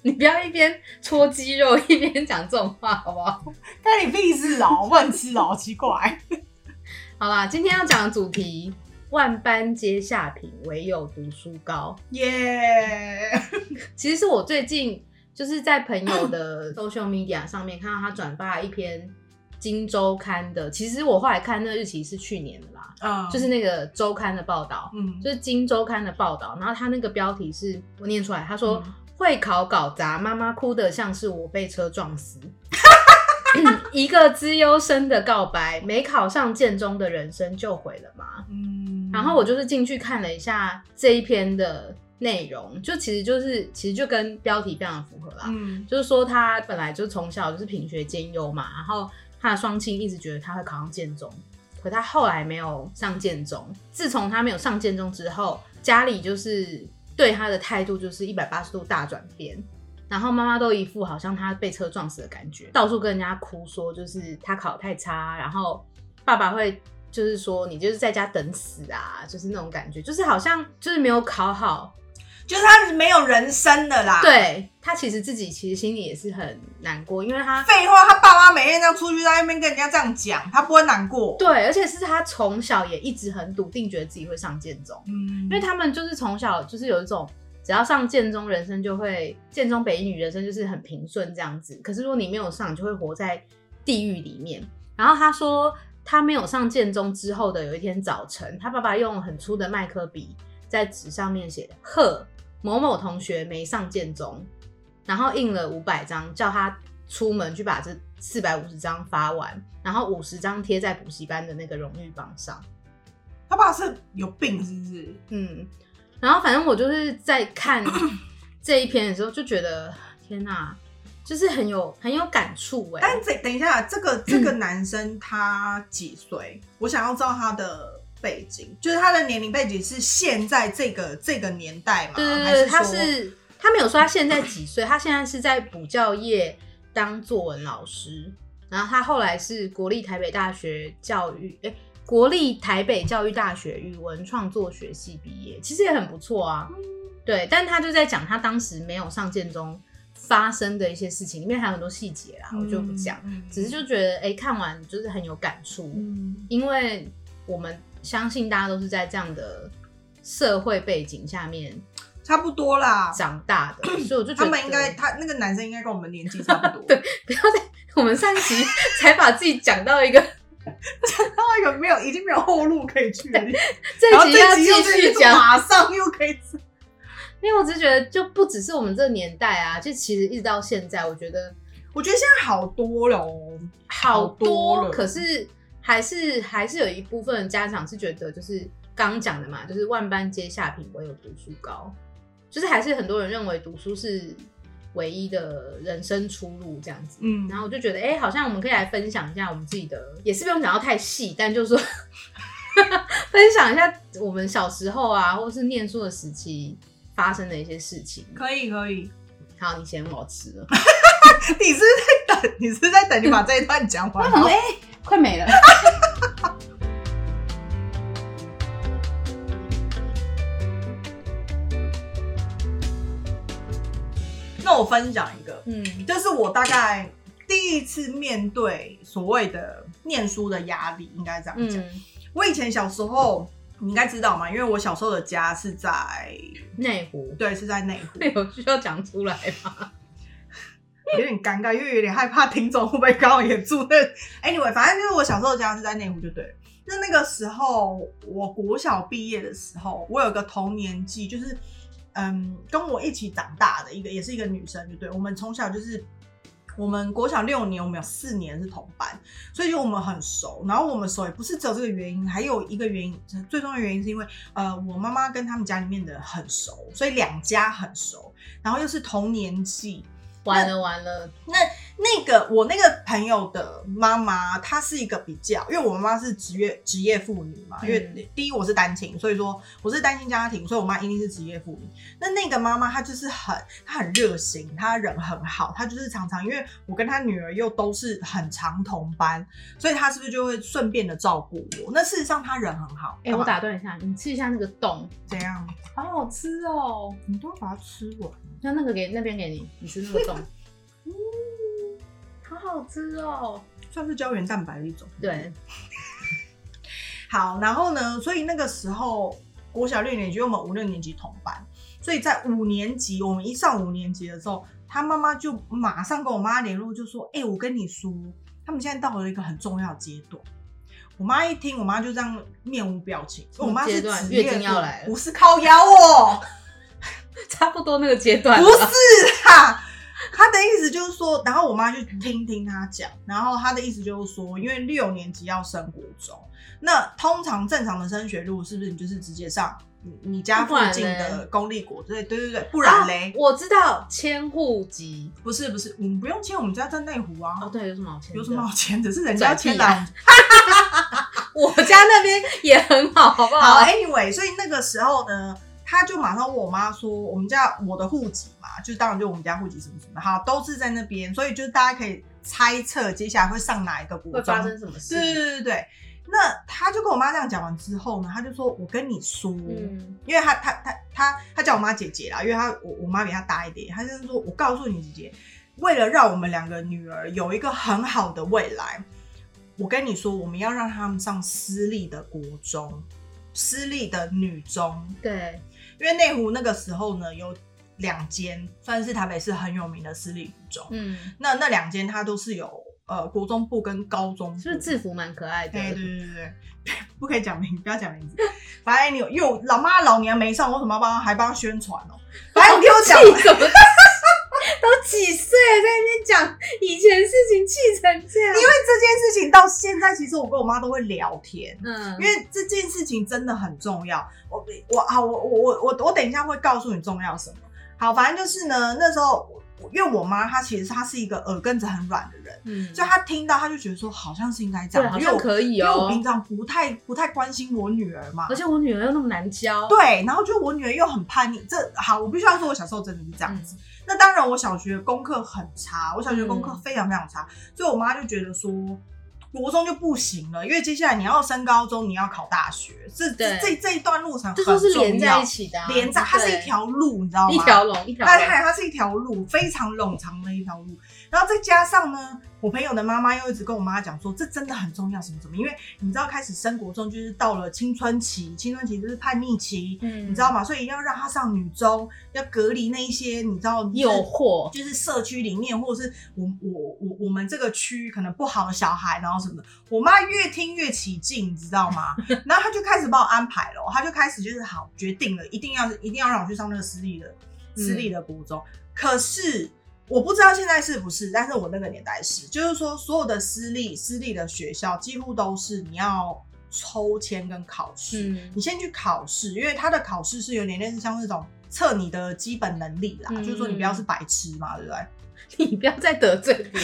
[SPEAKER 3] 你不要一边搓肌肉一边讲这种话，好不好？
[SPEAKER 1] 但你屁事哦，问吃哦，奇怪。
[SPEAKER 3] 好啦，今天要讲的主题。万般皆下品，唯有读书高。
[SPEAKER 1] 耶、
[SPEAKER 3] 其实是我最近就是在朋友 [clears throat] 的 social media 上面看到他转发一篇《金周刊》的，其实我后来看那日期是去年的啦，
[SPEAKER 1] 嗯
[SPEAKER 3] 就是那个周刊的报道，
[SPEAKER 1] 嗯，
[SPEAKER 3] 就是《金周刊》的报道，然后他那个标题是我念出来，他说。
[SPEAKER 1] 嗯
[SPEAKER 3] 会考搞砸，妈妈哭得像是我被车撞死。 [laughs] 一个资优生的告白，没考上建中的人生就毁了吗？
[SPEAKER 1] 嗯
[SPEAKER 3] 然后我就是进去看了一下这一篇的内容，就其实就是其实就跟标题非常符合啦，
[SPEAKER 1] 嗯
[SPEAKER 3] 就是啊说他本来就从小就是品学兼优嘛，然后他的双亲一直觉得他会考上建中，可他后来没有上建中。自从他没有上建中之后，家里就是对他的态度就是一百八十度大转变。然后妈妈都一副好像他被车撞死的感觉，到处跟人家哭说就是他考得太差，然后爸爸会就是说你就是在家等死啊，就是那种感觉，就是好像就是没有考好，
[SPEAKER 1] 就是他是没有人生的啦。，
[SPEAKER 3] 对他其实自己其实心里也是很难过，因为他
[SPEAKER 1] 废话，他爸妈每天这样出去，在那边跟人家这样讲，他不会难过。
[SPEAKER 3] 对，而且是他从小也一直很笃定，觉得自己会上建中，
[SPEAKER 1] 嗯，
[SPEAKER 3] 因为他们就是从小就是有一种。只要上建中，人生就会建中北一女人生就是很平顺这样子。可是如果你没有上，你就会活在地狱里面。然后他说，他没有上建中之后的有一天早晨，他爸爸用很粗的麦克笔在纸上面写“贺某某同学没上建中”，然后印了五百张，叫他出门去把这四百五十张发完，然后五十张贴在补习班的那个荣誉榜上。
[SPEAKER 1] 他爸是有病是不是？
[SPEAKER 3] 嗯，然后反正我就是在看这一篇的时候就觉得，天哪、就是很有很有感触哎、
[SPEAKER 1] 但这等一下，这
[SPEAKER 3] [clears throat]
[SPEAKER 1] 个这个男生他几岁？我想要知道他的背景，就是他的年龄背景是现在这个这个年代吗？
[SPEAKER 3] 对对
[SPEAKER 1] 还
[SPEAKER 3] 对，他
[SPEAKER 1] 说
[SPEAKER 3] 是他没有说他现在几岁，他现在是在补教业当作文老师，然后他后来是国立台北大学教育哎、国立台北教育大学语文创作学系毕业，其实也很不错啊。对，但他就在讲他当时没有上建中发生的一些事情，里面还有很多细节啦，我就不讲。，
[SPEAKER 1] 嗯
[SPEAKER 3] 只是就觉得，哎、看完就是很有感触，
[SPEAKER 1] 嗯
[SPEAKER 3] 因为我们相信大家都是在这样的社会背景下面
[SPEAKER 1] 差不多啦。
[SPEAKER 3] 长大的，所以我就觉
[SPEAKER 1] 他
[SPEAKER 3] 得
[SPEAKER 1] 们应该，他那个男生应该跟我们年纪差不
[SPEAKER 3] [laughs]
[SPEAKER 1] 多。对，
[SPEAKER 3] 不要再我们上集才把自己讲到一个
[SPEAKER 1] 到一个没有，已经没有后路可以去了。然后
[SPEAKER 3] 这集要
[SPEAKER 1] 这集又
[SPEAKER 3] 继
[SPEAKER 1] 是
[SPEAKER 3] 续
[SPEAKER 1] 一个
[SPEAKER 3] 讲，
[SPEAKER 1] 马上又可以走。
[SPEAKER 3] 因为我只是觉得就不只是我们这个年代啊，就其实一直到现在，我觉得
[SPEAKER 1] 我觉得现在好多了哦，
[SPEAKER 3] 好
[SPEAKER 1] 好多
[SPEAKER 3] 多，
[SPEAKER 1] 了
[SPEAKER 3] 可是还是还是有一部分家长是觉得，就是刚刚讲的嘛，就是万般皆下品，唯有读书高，就是还是很多人认为读书是唯一的人生出路这样子。
[SPEAKER 1] 嗯
[SPEAKER 3] 然后我就觉得，哎、好像我们可以来分享一下我们自己的，也是不用讲到太细，但就是说 [laughs] 分享一下我们小时候啊，或是念书的时期发生的一些事情。
[SPEAKER 1] 可以可以。
[SPEAKER 3] 好，你嫌我吃了，
[SPEAKER 1] 你是在等，你是在等你把这一段讲完吗？
[SPEAKER 3] 哎、快没了。
[SPEAKER 1] [laughs] 那我分享一个，
[SPEAKER 3] 嗯
[SPEAKER 1] 这是我大概第一次面对所谓的念书的压力，应该这样讲。
[SPEAKER 3] 嗯，
[SPEAKER 1] 我以前小时候，你应该知道嘛，因为我小时候的家是在
[SPEAKER 3] 内湖。 [laughs]
[SPEAKER 1] 对是在内湖，
[SPEAKER 3] 这有需要讲出来吗？
[SPEAKER 1] 有点尴尬，因为有点害怕听众会不会刚好也住那。Anyway，反正就是我小时候的家是在内湖就对了。那那个时候，我国小毕业的时候，我有个同年纪，就是嗯，跟我一起长大的一个，也是一个女生，就对。我们从小就是，我们国小六年，我们有四年是同班，所以就我们很熟。然后我们熟也不是只有这个原因，还有一个原因，最重要的原因是因为呃，我妈妈跟他们家里面的人很熟，所以两家很熟，然后又是同年纪，
[SPEAKER 3] 完了完了，
[SPEAKER 1] 那个我那个朋友的妈妈，她是一个比较，因为我妈妈是职业职业妇女嘛，因
[SPEAKER 3] 嗯
[SPEAKER 1] 为第一我是单亲，所以说我是单亲家庭，所以我妈一定是职业妇女。那那个妈妈她就是很她很热心，她人很好，她就是常常因为我跟她女儿又都是很常同班，所以她是不是就会顺便的照顾我？那事实上她人很好，
[SPEAKER 3] 哎、我打断一下，你吃一下那个冻，
[SPEAKER 1] 怎样？
[SPEAKER 3] 好好吃哦。
[SPEAKER 1] 你都把它吃完，
[SPEAKER 3] 那那个给那边给你，你吃那个冻， [laughs] 嗯，好好吃哦。
[SPEAKER 1] 算是胶原蛋白的一种。
[SPEAKER 3] 对，
[SPEAKER 1] 好，然后呢，所以那个时候国小六年级，因为我们五六年级同班，所以在五年级，我们一上五年级的时候，他妈妈就马上跟我妈联络，就说：“哎、我跟你说，他们现在到了一个很重要的阶段。”我妈一听，我妈就这样面无表情。
[SPEAKER 3] 什么
[SPEAKER 1] 我妈是
[SPEAKER 3] 阶段
[SPEAKER 1] 职业
[SPEAKER 3] 月经要来了
[SPEAKER 1] 不是靠腰哦，
[SPEAKER 3] 差不多那个阶段
[SPEAKER 1] 不
[SPEAKER 3] [laughs] 了
[SPEAKER 1] 是啦。她的意思就是说，然后我妈就听听她讲，然后她的意思就是说，因为六年级要升国中，那通常正常的升学路是不是你就是直接上你你家附近
[SPEAKER 3] 不然
[SPEAKER 1] 的
[SPEAKER 3] 嘞
[SPEAKER 1] 公立国？对对对对，不然嘞
[SPEAKER 3] 啊、我知道迁户籍。
[SPEAKER 1] 不是不是，我们不用签，我们家在内湖啊，
[SPEAKER 3] 哦，对，有什么好迁的？
[SPEAKER 1] 有什么好签的？是人家签的
[SPEAKER 3] 转
[SPEAKER 1] 啊。
[SPEAKER 3] [laughs] 我家那边也很好，好不好？
[SPEAKER 1] 好，anyway，所以哎那个时候呢，他就马上问我妈说，我们家我的户籍嘛，就是当然就我们家户籍什么什么，好，都是在那边，所以就是大家可以猜测接下来会上哪一个国
[SPEAKER 3] 会
[SPEAKER 1] 中
[SPEAKER 3] 发生什么事？
[SPEAKER 1] 对对对对对。那他就跟我妈这样讲完之后呢，他就说：“我跟你说，
[SPEAKER 3] 嗯，
[SPEAKER 1] 因为他他他他他叫我妈姐姐啦，因为他我我妈比他大一点，他就是说我告诉你姐姐，为了让我们两个女儿有一个很好的未来，我跟你说，我们要让他们上私立的国中，私立的女中，
[SPEAKER 3] 对，
[SPEAKER 1] 因为内湖那个时候呢有两间算是台北市很有名的私立女中，
[SPEAKER 3] 嗯，
[SPEAKER 1] 那那两间它都是有呃国中部跟高中部，
[SPEAKER 3] 是不是制服蛮可爱的？
[SPEAKER 1] 对对对对， [laughs] 不可以讲名，不要讲名字。反正你有又老妈老娘没上，为什么要帮她还帮她宣传哦？反正你听我讲完，
[SPEAKER 3] 气什么？ [laughs] 都几岁了在那边讲以前事情，气成这样。
[SPEAKER 1] 因为这件事情到现在，其实我跟我妈都会聊天。
[SPEAKER 3] 嗯，
[SPEAKER 1] 因为这件事情真的很重要，我我好我我我我我等一下会告诉你重要什么。好，反正就是呢，那时候我因为我妈她其实她是一个耳根子很软的人，
[SPEAKER 3] 嗯，
[SPEAKER 1] 所以她听到她就觉得说好像是应该这
[SPEAKER 3] 对，
[SPEAKER 1] 样，
[SPEAKER 3] 好
[SPEAKER 1] 因为
[SPEAKER 3] 像
[SPEAKER 1] 我
[SPEAKER 3] 可以
[SPEAKER 1] 因为我
[SPEAKER 3] 哦
[SPEAKER 1] 平。常不太不太关心我女儿嘛
[SPEAKER 3] 而，且我女儿又那么难教，
[SPEAKER 1] 对，然后就我女儿又很叛逆，这好，我必须要说，我小时候真的是这
[SPEAKER 3] 嗯
[SPEAKER 1] 样子。那当然，我小学功课很差，我小学功课
[SPEAKER 3] 嗯
[SPEAKER 1] 非常非常差，所以我妈就觉得说，国中就不行了，因为接下来你要升高中，你要考大学，这这
[SPEAKER 3] 对
[SPEAKER 1] 这这一段路程
[SPEAKER 3] 这
[SPEAKER 1] 很重
[SPEAKER 3] 都
[SPEAKER 1] 要，
[SPEAKER 3] 是连在一起的啊，
[SPEAKER 1] 连在它是一
[SPEAKER 3] 对
[SPEAKER 1] 条路，你知道吗？
[SPEAKER 3] 一条龙，一条
[SPEAKER 1] 它
[SPEAKER 3] 龙。
[SPEAKER 1] 它它是一条路，非常冗长的一条路。然后再加上呢，我朋友的妈妈又一直跟我妈讲说，这真的很重要，什么什么，因为你知道，开始升国中就是到了青春期，青春期就是叛逆期，
[SPEAKER 3] 嗯
[SPEAKER 1] 你知道吗？所以要让他上女中，要隔离那一些你知道就是
[SPEAKER 3] 诱惑，
[SPEAKER 1] 就是社区里面或者是我我我我们这个区可能不好的小孩，然后什么的。我妈越听越起劲，你知道
[SPEAKER 3] [laughs]
[SPEAKER 1] 吗？然后她就开始帮我安排了，哦她就开始就是好决定了，一定要一定要让我去上那个私立的
[SPEAKER 3] 嗯
[SPEAKER 1] 私立的国中。可是我不知道现在是不是，但是我那个年代是，就是说所有的私立私立的学校几乎都是你要抽签跟考试。
[SPEAKER 3] 嗯
[SPEAKER 1] 你先去考试，因为他的考试是有点类似像那种测你的基本能力啦，
[SPEAKER 3] 嗯
[SPEAKER 1] 就是说你不要是白痴嘛，对不 [laughs] 对？
[SPEAKER 3] 你不要再得罪别人。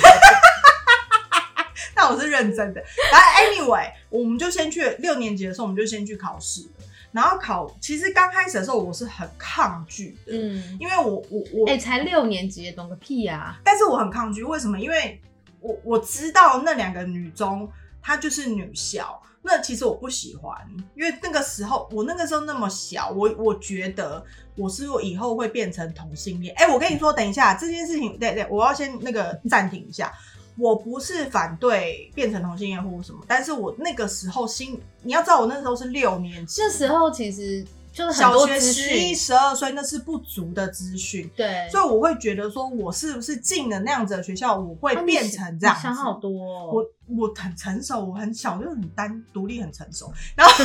[SPEAKER 1] 但我是认真的。然后 anyway，我们就先去六年级的时候，我们就先去考试了然后考，其实刚开始的时候我是很抗拒的，
[SPEAKER 3] 嗯，
[SPEAKER 1] 因为我我我，
[SPEAKER 3] 哎、才六年级，懂个屁啊呀、
[SPEAKER 1] 但是我很抗拒，为什么？因为我我知道那两个女中她就是女校。那其实我不喜欢，因为那个时候我那个时候那么小，我我觉得我是我以后会变成同性恋。哎、我跟你说，等一下这件事情，对对，我要先那个暂停一下。我不是反对变成同性恋或什么，但是我那个时候心，你要知道，我那时候是六年级，
[SPEAKER 3] 这时候其实就是很
[SPEAKER 1] 小
[SPEAKER 3] 多
[SPEAKER 1] 学
[SPEAKER 3] 资
[SPEAKER 1] 十一、
[SPEAKER 3] 讯，
[SPEAKER 1] 十二岁，那是不足的资讯，
[SPEAKER 3] 对，
[SPEAKER 1] 所以我会觉得说，我是不是进了那样子的学校，我会
[SPEAKER 3] 啊你
[SPEAKER 1] 变
[SPEAKER 3] 想
[SPEAKER 1] 成这样
[SPEAKER 3] 你
[SPEAKER 1] 子？
[SPEAKER 3] 想好多、哦。
[SPEAKER 1] 我我很成熟，我很小就很单独立，很成熟。然后，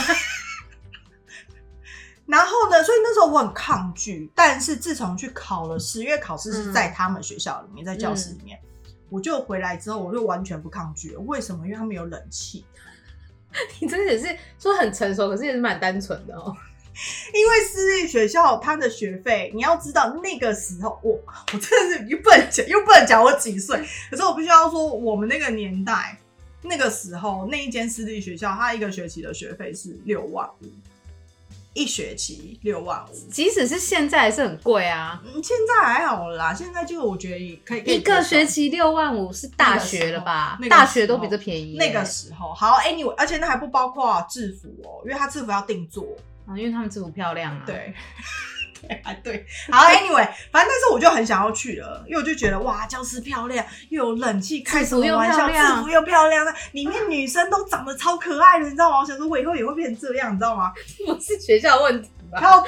[SPEAKER 1] [laughs] 然后呢？所以那时候我很抗拒，但是自从去考了试，因为考试是在
[SPEAKER 3] 嗯
[SPEAKER 1] 他们学校里面，在教室里面，我就回来之后，我就完全不抗拒了。为什么？因为他们有冷气。
[SPEAKER 3] 你真的也是说很成熟，可是也是蛮单纯的哦。
[SPEAKER 1] 因为私立学校它的学费，你要知道那个时候，我我真的是又不能讲，又不能讲我几岁，可是我必须要说，我们那个年代，那个时候那一间私立学校，它一个学期的学费是六万五，一学期六万五。
[SPEAKER 3] 即使是现在还是很贵啊，
[SPEAKER 1] 嗯，现在还好啦，现在就我觉得也可以可以
[SPEAKER 3] 一个
[SPEAKER 1] 接受
[SPEAKER 3] 学期六万五是大学了吧？
[SPEAKER 1] 那个时候
[SPEAKER 3] 大学都比这便宜耶、
[SPEAKER 1] 那个时候好，anyway，而且那还不包括制服哦，因为它制服要定做。
[SPEAKER 3] 啊，因为他们制服漂亮啊。， [laughs]
[SPEAKER 1] 对。 [laughs] 对啊，对，好，anyway，反正但是我就很想要去了，因为我就觉得哇，教室漂亮，又有冷气，开什么玩
[SPEAKER 3] 制
[SPEAKER 1] 笑，
[SPEAKER 3] 服又漂亮
[SPEAKER 1] 制服又漂亮，那里面女生都长得超可爱的，你知道吗？我想说，我以后也会变成这样，你知道吗？
[SPEAKER 3] 不是学校问题吧？
[SPEAKER 1] 然后，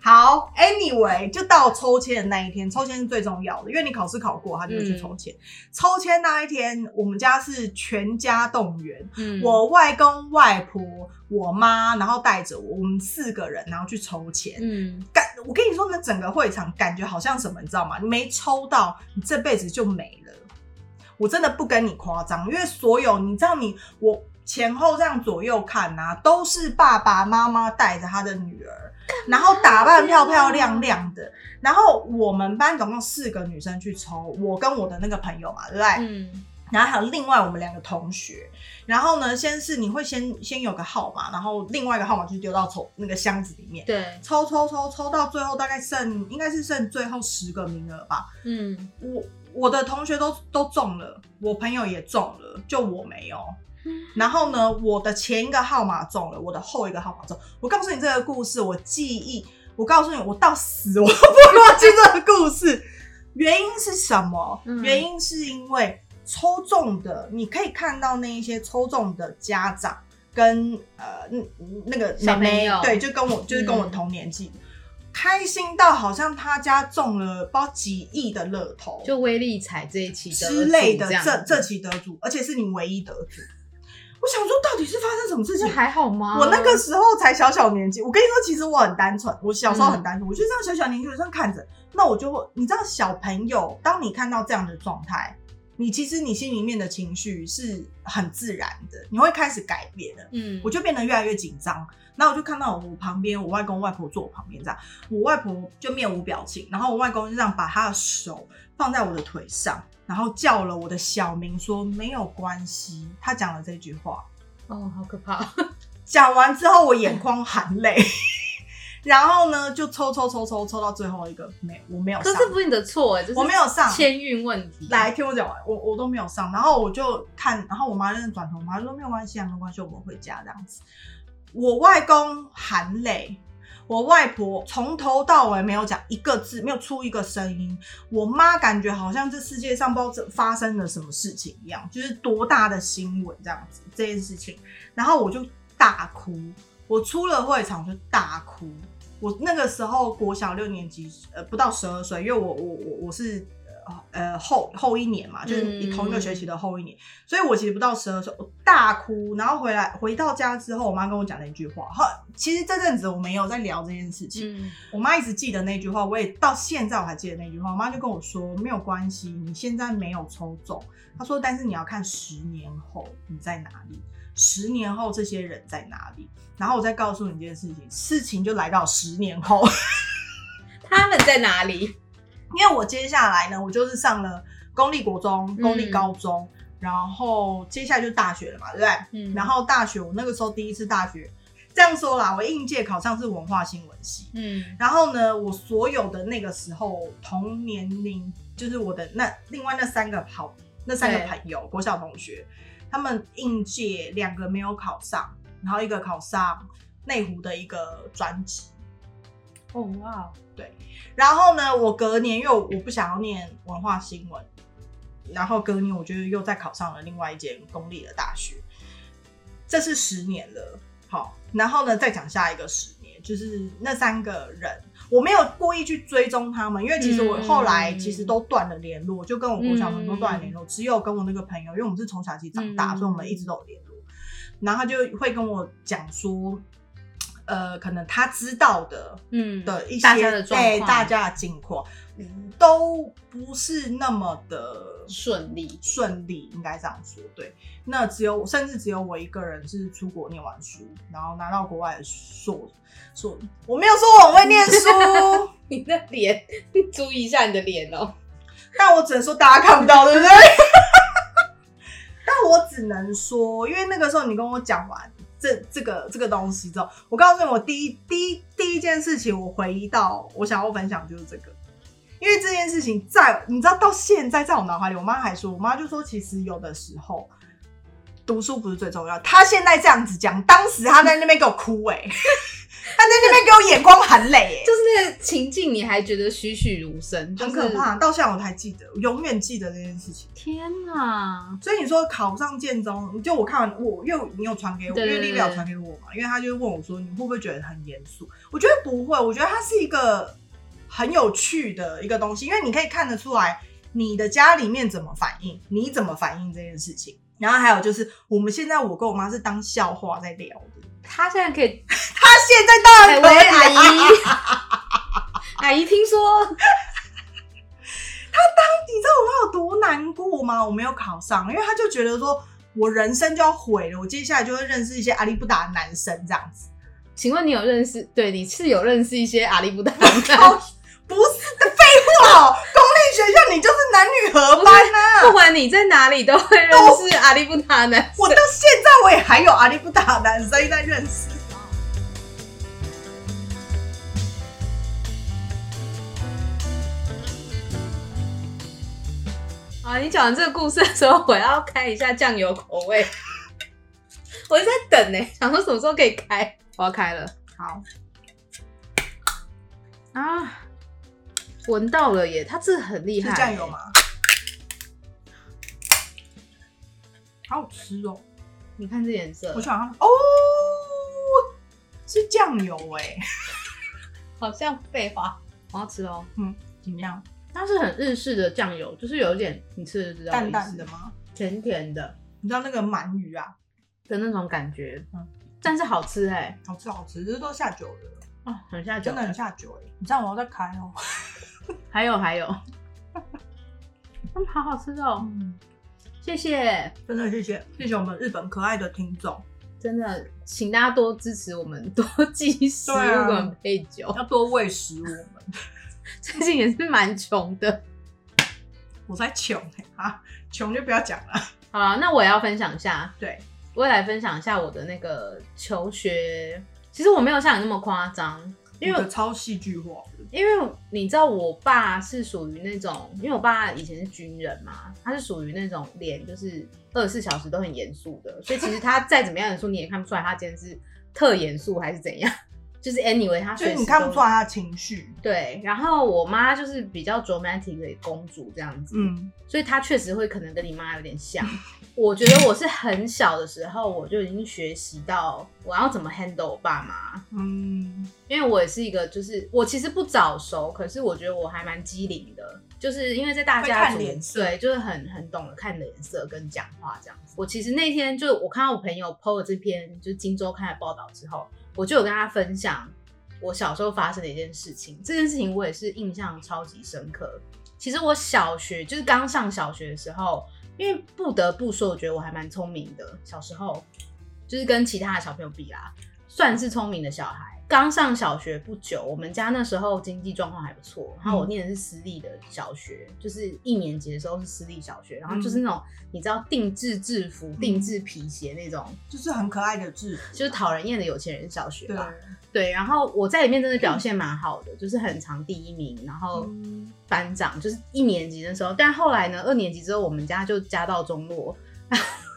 [SPEAKER 1] 好，anyway，就到抽签的那一天，抽签是最重要的，因为你考试考过，他就会去抽签。
[SPEAKER 3] 嗯
[SPEAKER 1] 抽签那一天，我们家是全家动员，
[SPEAKER 3] 嗯，
[SPEAKER 1] 我外公、外婆、我妈，然后带着我，我们四个人，然后去抽签。
[SPEAKER 3] 嗯，
[SPEAKER 1] 感，我跟你说，那整个会场感觉好像什么，你知道吗？你没抽到，你这辈子就没了。我真的不跟你夸张，因为所有你知道你，我前后这样左右看呐、都是爸爸妈妈带着他的女儿，然后打扮漂漂亮亮的。然后我们班总共四个女生去抽，我跟我的那个朋友嘛，对不对？
[SPEAKER 3] 嗯，
[SPEAKER 1] 然后还有另外我们两个同学，然后呢，先是你会先先有个号码，然后另外一个号码就丢到抽那个箱子里面，
[SPEAKER 3] 对，
[SPEAKER 1] 抽抽抽抽到最后大概剩应该是剩最后十个名额吧。
[SPEAKER 3] 嗯，
[SPEAKER 1] 我我的同学都都中了，我朋友也中了，就我没有。
[SPEAKER 3] 嗯
[SPEAKER 1] 然后呢，我的前一个号码中了，我的后一个号码中。我告诉你这个故事，我记忆，我告诉你，我到死我不忘记这个故事。原因是什么？
[SPEAKER 3] 嗯
[SPEAKER 1] 原因是因为抽中的，你可以看到那一些抽中的家长跟呃嗯那个
[SPEAKER 3] 小
[SPEAKER 1] 妹
[SPEAKER 3] 朋
[SPEAKER 1] 妹
[SPEAKER 3] 友，
[SPEAKER 1] 对，就跟我就是跟我
[SPEAKER 3] 嗯
[SPEAKER 1] 同年纪。开心到好像他家中了包几亿的乐透，
[SPEAKER 3] 就威力彩这一期得
[SPEAKER 1] 之类的
[SPEAKER 3] 主样
[SPEAKER 1] 这这期得主，而且是你唯一得主。我想说，到底是发生什么事
[SPEAKER 3] 这
[SPEAKER 1] 情？
[SPEAKER 3] 还好吗？
[SPEAKER 1] 我那个时候才小小年纪，我跟你说，其实我很单纯，我小时
[SPEAKER 3] 嗯
[SPEAKER 1] 候很单纯，我就这样小小年纪我就这样看着，那我就会，你知道，小朋友，当你看到这样的状态，你其实你心里面的情绪是很自然的，你会开始改变的。
[SPEAKER 3] 嗯，
[SPEAKER 1] 我就变得越来越紧张。然后我就看到我旁边，我外公外婆坐我旁边这样，我外婆就面无表情，然后我外公就这样把他的手放在我的腿上，然后叫了我的小名说没有关系。他讲了这句话，
[SPEAKER 3] 哦，好可怕，
[SPEAKER 1] 讲完之后我眼眶含泪， [laughs] 然后呢就抽抽抽抽抽到最后一个没，我没有
[SPEAKER 3] 可
[SPEAKER 1] 上，
[SPEAKER 3] 是不是你的错哎，就是
[SPEAKER 1] 我没有上
[SPEAKER 3] 签运问题。
[SPEAKER 1] 来，听我讲完，我我都没有上，然后我就看，然后我妈就转头，我妈就说没有关系啊，没有关系，我们回家这样子。我外公含泪，我外婆从头到尾没有讲一个字，没有出一个声音。我妈感觉好像这世界上不知道这发生了什么事情一样，就是多大的新闻这样子这件事情，然后我就大哭，我出了会场我就大哭。我那个时候国小六年级，呃，不到十二岁，因为我我我我是呃呃后后一年嘛，就是同一个学期的后一年，所以我其实不到十二岁，我大哭，然后回来回到家之后，我妈跟我讲了一句话，后其实这阵子我没有在聊这件事情，
[SPEAKER 3] 嗯，
[SPEAKER 1] 我妈一直记得那句话，我也到现在我还记得那句话，我妈就跟我说没有关系，你现在没有抽中，她说但是你要看十年后你在哪里。十年后这些人在哪里？然后我再告诉你一件事情，事情就来到十年后， [laughs]
[SPEAKER 3] 他们在哪里？
[SPEAKER 1] 因为我接下来呢，我就是上了公立国中、公立高中，然后接下来就大学了嘛，对不对？
[SPEAKER 3] 嗯
[SPEAKER 1] 然后大学，我那个时候第一次大学，这样说啦，我应届考上是文化新闻系，
[SPEAKER 3] 嗯，
[SPEAKER 1] 然后呢，我所有的那个时候同年龄，就是我的那另外那三个好那三个
[SPEAKER 3] 对
[SPEAKER 1] 朋友，国小同学，他们应届两个没有考上，然后一个考上内湖的一个专职，
[SPEAKER 3] 哦哇，
[SPEAKER 1] 然后呢，我隔年因为我不想要念文化新闻，然后隔年我就又再考上了另外一间公立的大学，这是十年了。好，然后呢，再讲下一个十年，就是那三个人，我没有故意去追踪他们，因为其实我
[SPEAKER 3] 嗯
[SPEAKER 1] 后来其实都断了联络，就跟我国小朋友都断了联络，只有跟我那个朋友，因为我们是从小一起长大，
[SPEAKER 3] 嗯
[SPEAKER 1] 所以我们一直都有联络。然后他就会跟我讲说，呃，可能他知道的
[SPEAKER 3] 嗯
[SPEAKER 1] 的一些
[SPEAKER 3] 大家的状
[SPEAKER 1] 对
[SPEAKER 3] 况，
[SPEAKER 1] 大家的近况，嗯都不是那么的
[SPEAKER 3] 顺利，
[SPEAKER 1] 顺利，应该这样说。对，那只有甚至只有我一个人是出国念完书，然后拿到国外的硕硕，我没有说我很会念书，
[SPEAKER 3] [laughs] 你的脸， [laughs] 注意一下你的脸哦。
[SPEAKER 1] 但我只能说大家看不到，对不 [laughs] 对？但我只能说，因为那个时候你跟我讲完这这个这个东西之后，我告诉你，我第一第一第一件事情，我回忆到我想要分享就是这个，因为这件事情在你知道到现在在我脑海里，我妈还说，我妈就说，其实有的时候。读书不是最重要，她现在这样子讲，当时她在那边给我哭哎、欸，她在那边给我眼光含泪哎、
[SPEAKER 3] 就是那个情境，你还觉得栩栩如生， [laughs] 就
[SPEAKER 1] 很
[SPEAKER 3] 是
[SPEAKER 1] 可怕。。到现在我还记得，我永远记得这件事情。
[SPEAKER 3] 天哪！
[SPEAKER 1] 所以你说考上建中，就我看完我，因为你有传给我，
[SPEAKER 3] 对对
[SPEAKER 1] 因为丽丽有传给我嘛，因为他就问我说你会不会觉得很严肃？我觉得不会，我觉得它是一个很有趣的一个东西，因为你可以看得出来你的家里面怎么反应，你怎么反应这件事情。然后还有就是，我们现在我跟我妈是当笑话在聊的，
[SPEAKER 3] 他现在可以，
[SPEAKER 1] 她现在当
[SPEAKER 3] 哎
[SPEAKER 1] 然
[SPEAKER 3] 喂，
[SPEAKER 1] 可以
[SPEAKER 3] 阿姨，啊 [laughs] 阿姨，听说
[SPEAKER 1] 你知道我妈有多难过吗？我没有考上，因为她就觉得说我人生就要毁了，我接下来就会认识一些阿力不达的男生这样子。
[SPEAKER 3] 请问你有认识？对，你是有认识一些阿里不达 [laughs] 的，
[SPEAKER 1] 不是废话哦，公立学校你就是男女合班啊！
[SPEAKER 3] 不管你在哪里都会认识阿里不达的。 [laughs]
[SPEAKER 1] 我到现在我也还有阿力不打男生在认识。
[SPEAKER 3] 啊，你讲完这个故事的时候，我要开一下酱油口味。 [laughs] 我一直在等呢、欸想说什么时候可以开，我要开了，好啊，闻到了耶，它这很厉
[SPEAKER 1] 是
[SPEAKER 3] 害，
[SPEAKER 1] 酱油吗？好好吃哦！
[SPEAKER 3] 你看这颜色
[SPEAKER 1] 我，想他们哦，是酱油哎、
[SPEAKER 3] 好像废话，我要吃哦。
[SPEAKER 1] 怎么样？
[SPEAKER 3] 它是很日式的酱油，就是有一点你吃了就知道
[SPEAKER 1] 淡淡
[SPEAKER 3] 的
[SPEAKER 1] 的
[SPEAKER 3] 意思，
[SPEAKER 1] 吗？
[SPEAKER 3] 甜甜的
[SPEAKER 1] 你知道那个鳗鱼啊，
[SPEAKER 3] 的那种感觉，
[SPEAKER 1] 嗯
[SPEAKER 3] 但是好吃哎、
[SPEAKER 1] 好吃好吃，这都下酒了，
[SPEAKER 3] 哦，很下酒
[SPEAKER 1] 真的很下酒哎、你知道我要再开哦。
[SPEAKER 3] 还
[SPEAKER 1] [laughs]
[SPEAKER 3] 有还有，嗯，好好吃哦，
[SPEAKER 1] 嗯，
[SPEAKER 3] 谢谢，
[SPEAKER 1] 真的谢谢谢谢我们日本可爱的听众，
[SPEAKER 3] 真的，请大家多支持我们，多寄食物
[SPEAKER 1] 对啊
[SPEAKER 3] 给我们配酒。 [laughs]
[SPEAKER 1] 要多喂食我们。
[SPEAKER 3] 最近也是蛮穷的。
[SPEAKER 1] 我才穷哎、啊，穷就不要讲了。
[SPEAKER 3] 好啦，那我也要分享一下，
[SPEAKER 1] 对，
[SPEAKER 3] 我也来分享一下我的那个求学。其实我没有像你那么夸张，因为
[SPEAKER 1] 你的超戏剧化，
[SPEAKER 3] 因为你知道，我爸是属于那种，因为我爸以前是军人嘛，他是属于那种脸就是二十四小时都很严肃的，所以其实他再怎么样严肃，你也看不出来他今天是特严肃还是怎样。 [laughs] 就是 anyway，他
[SPEAKER 1] 就是
[SPEAKER 3] 随时
[SPEAKER 1] 你看不
[SPEAKER 3] 都
[SPEAKER 1] 出来。他的情绪。
[SPEAKER 3] 对，然后我妈就是比较 dramatic 的公主这样子，
[SPEAKER 1] 嗯，
[SPEAKER 3] 所以她确实会可能跟你妈有点像。 [laughs] 我觉得我是很小的时候我就已经学习到我要怎么 handle 我爸妈，
[SPEAKER 1] 嗯，
[SPEAKER 3] 因为我也是一个，就是我其实不早熟，可是我觉得我还蛮机灵的，就是因为在大
[SPEAKER 1] 会
[SPEAKER 3] 家
[SPEAKER 1] 看
[SPEAKER 3] 族，
[SPEAKER 1] 脸色
[SPEAKER 3] 对，就是很很懂得看脸色跟讲话这样子。我其实那天就我看到我朋友 PO 了这篇就是《金周刊》的报道之后，我就有跟他分享我小时候发生的一件事情，这件事情我也是印象超级深刻。其实我小学就是刚上小学的时候，因为不得不说，我觉得我还蛮聪明的。小时候就是跟其他的小朋友比啦，算是聪明的小孩。刚上小学不久，我们家那时候经济状况还不错，然后我念的是私立的小学，就是一年级的时候是私立小学，然后就是那种、你知道定制制服、定制皮鞋那种，
[SPEAKER 1] 就是很可爱的字，
[SPEAKER 3] 就是讨人厌的有钱人小学
[SPEAKER 1] 对
[SPEAKER 3] 吧。对，然后我在里面真的表现蛮好的，就是很常第一名，然后
[SPEAKER 1] 嗯
[SPEAKER 3] 班长，就是一年级的时候。但后来呢，二年级之后，我们家就家道中落， [laughs]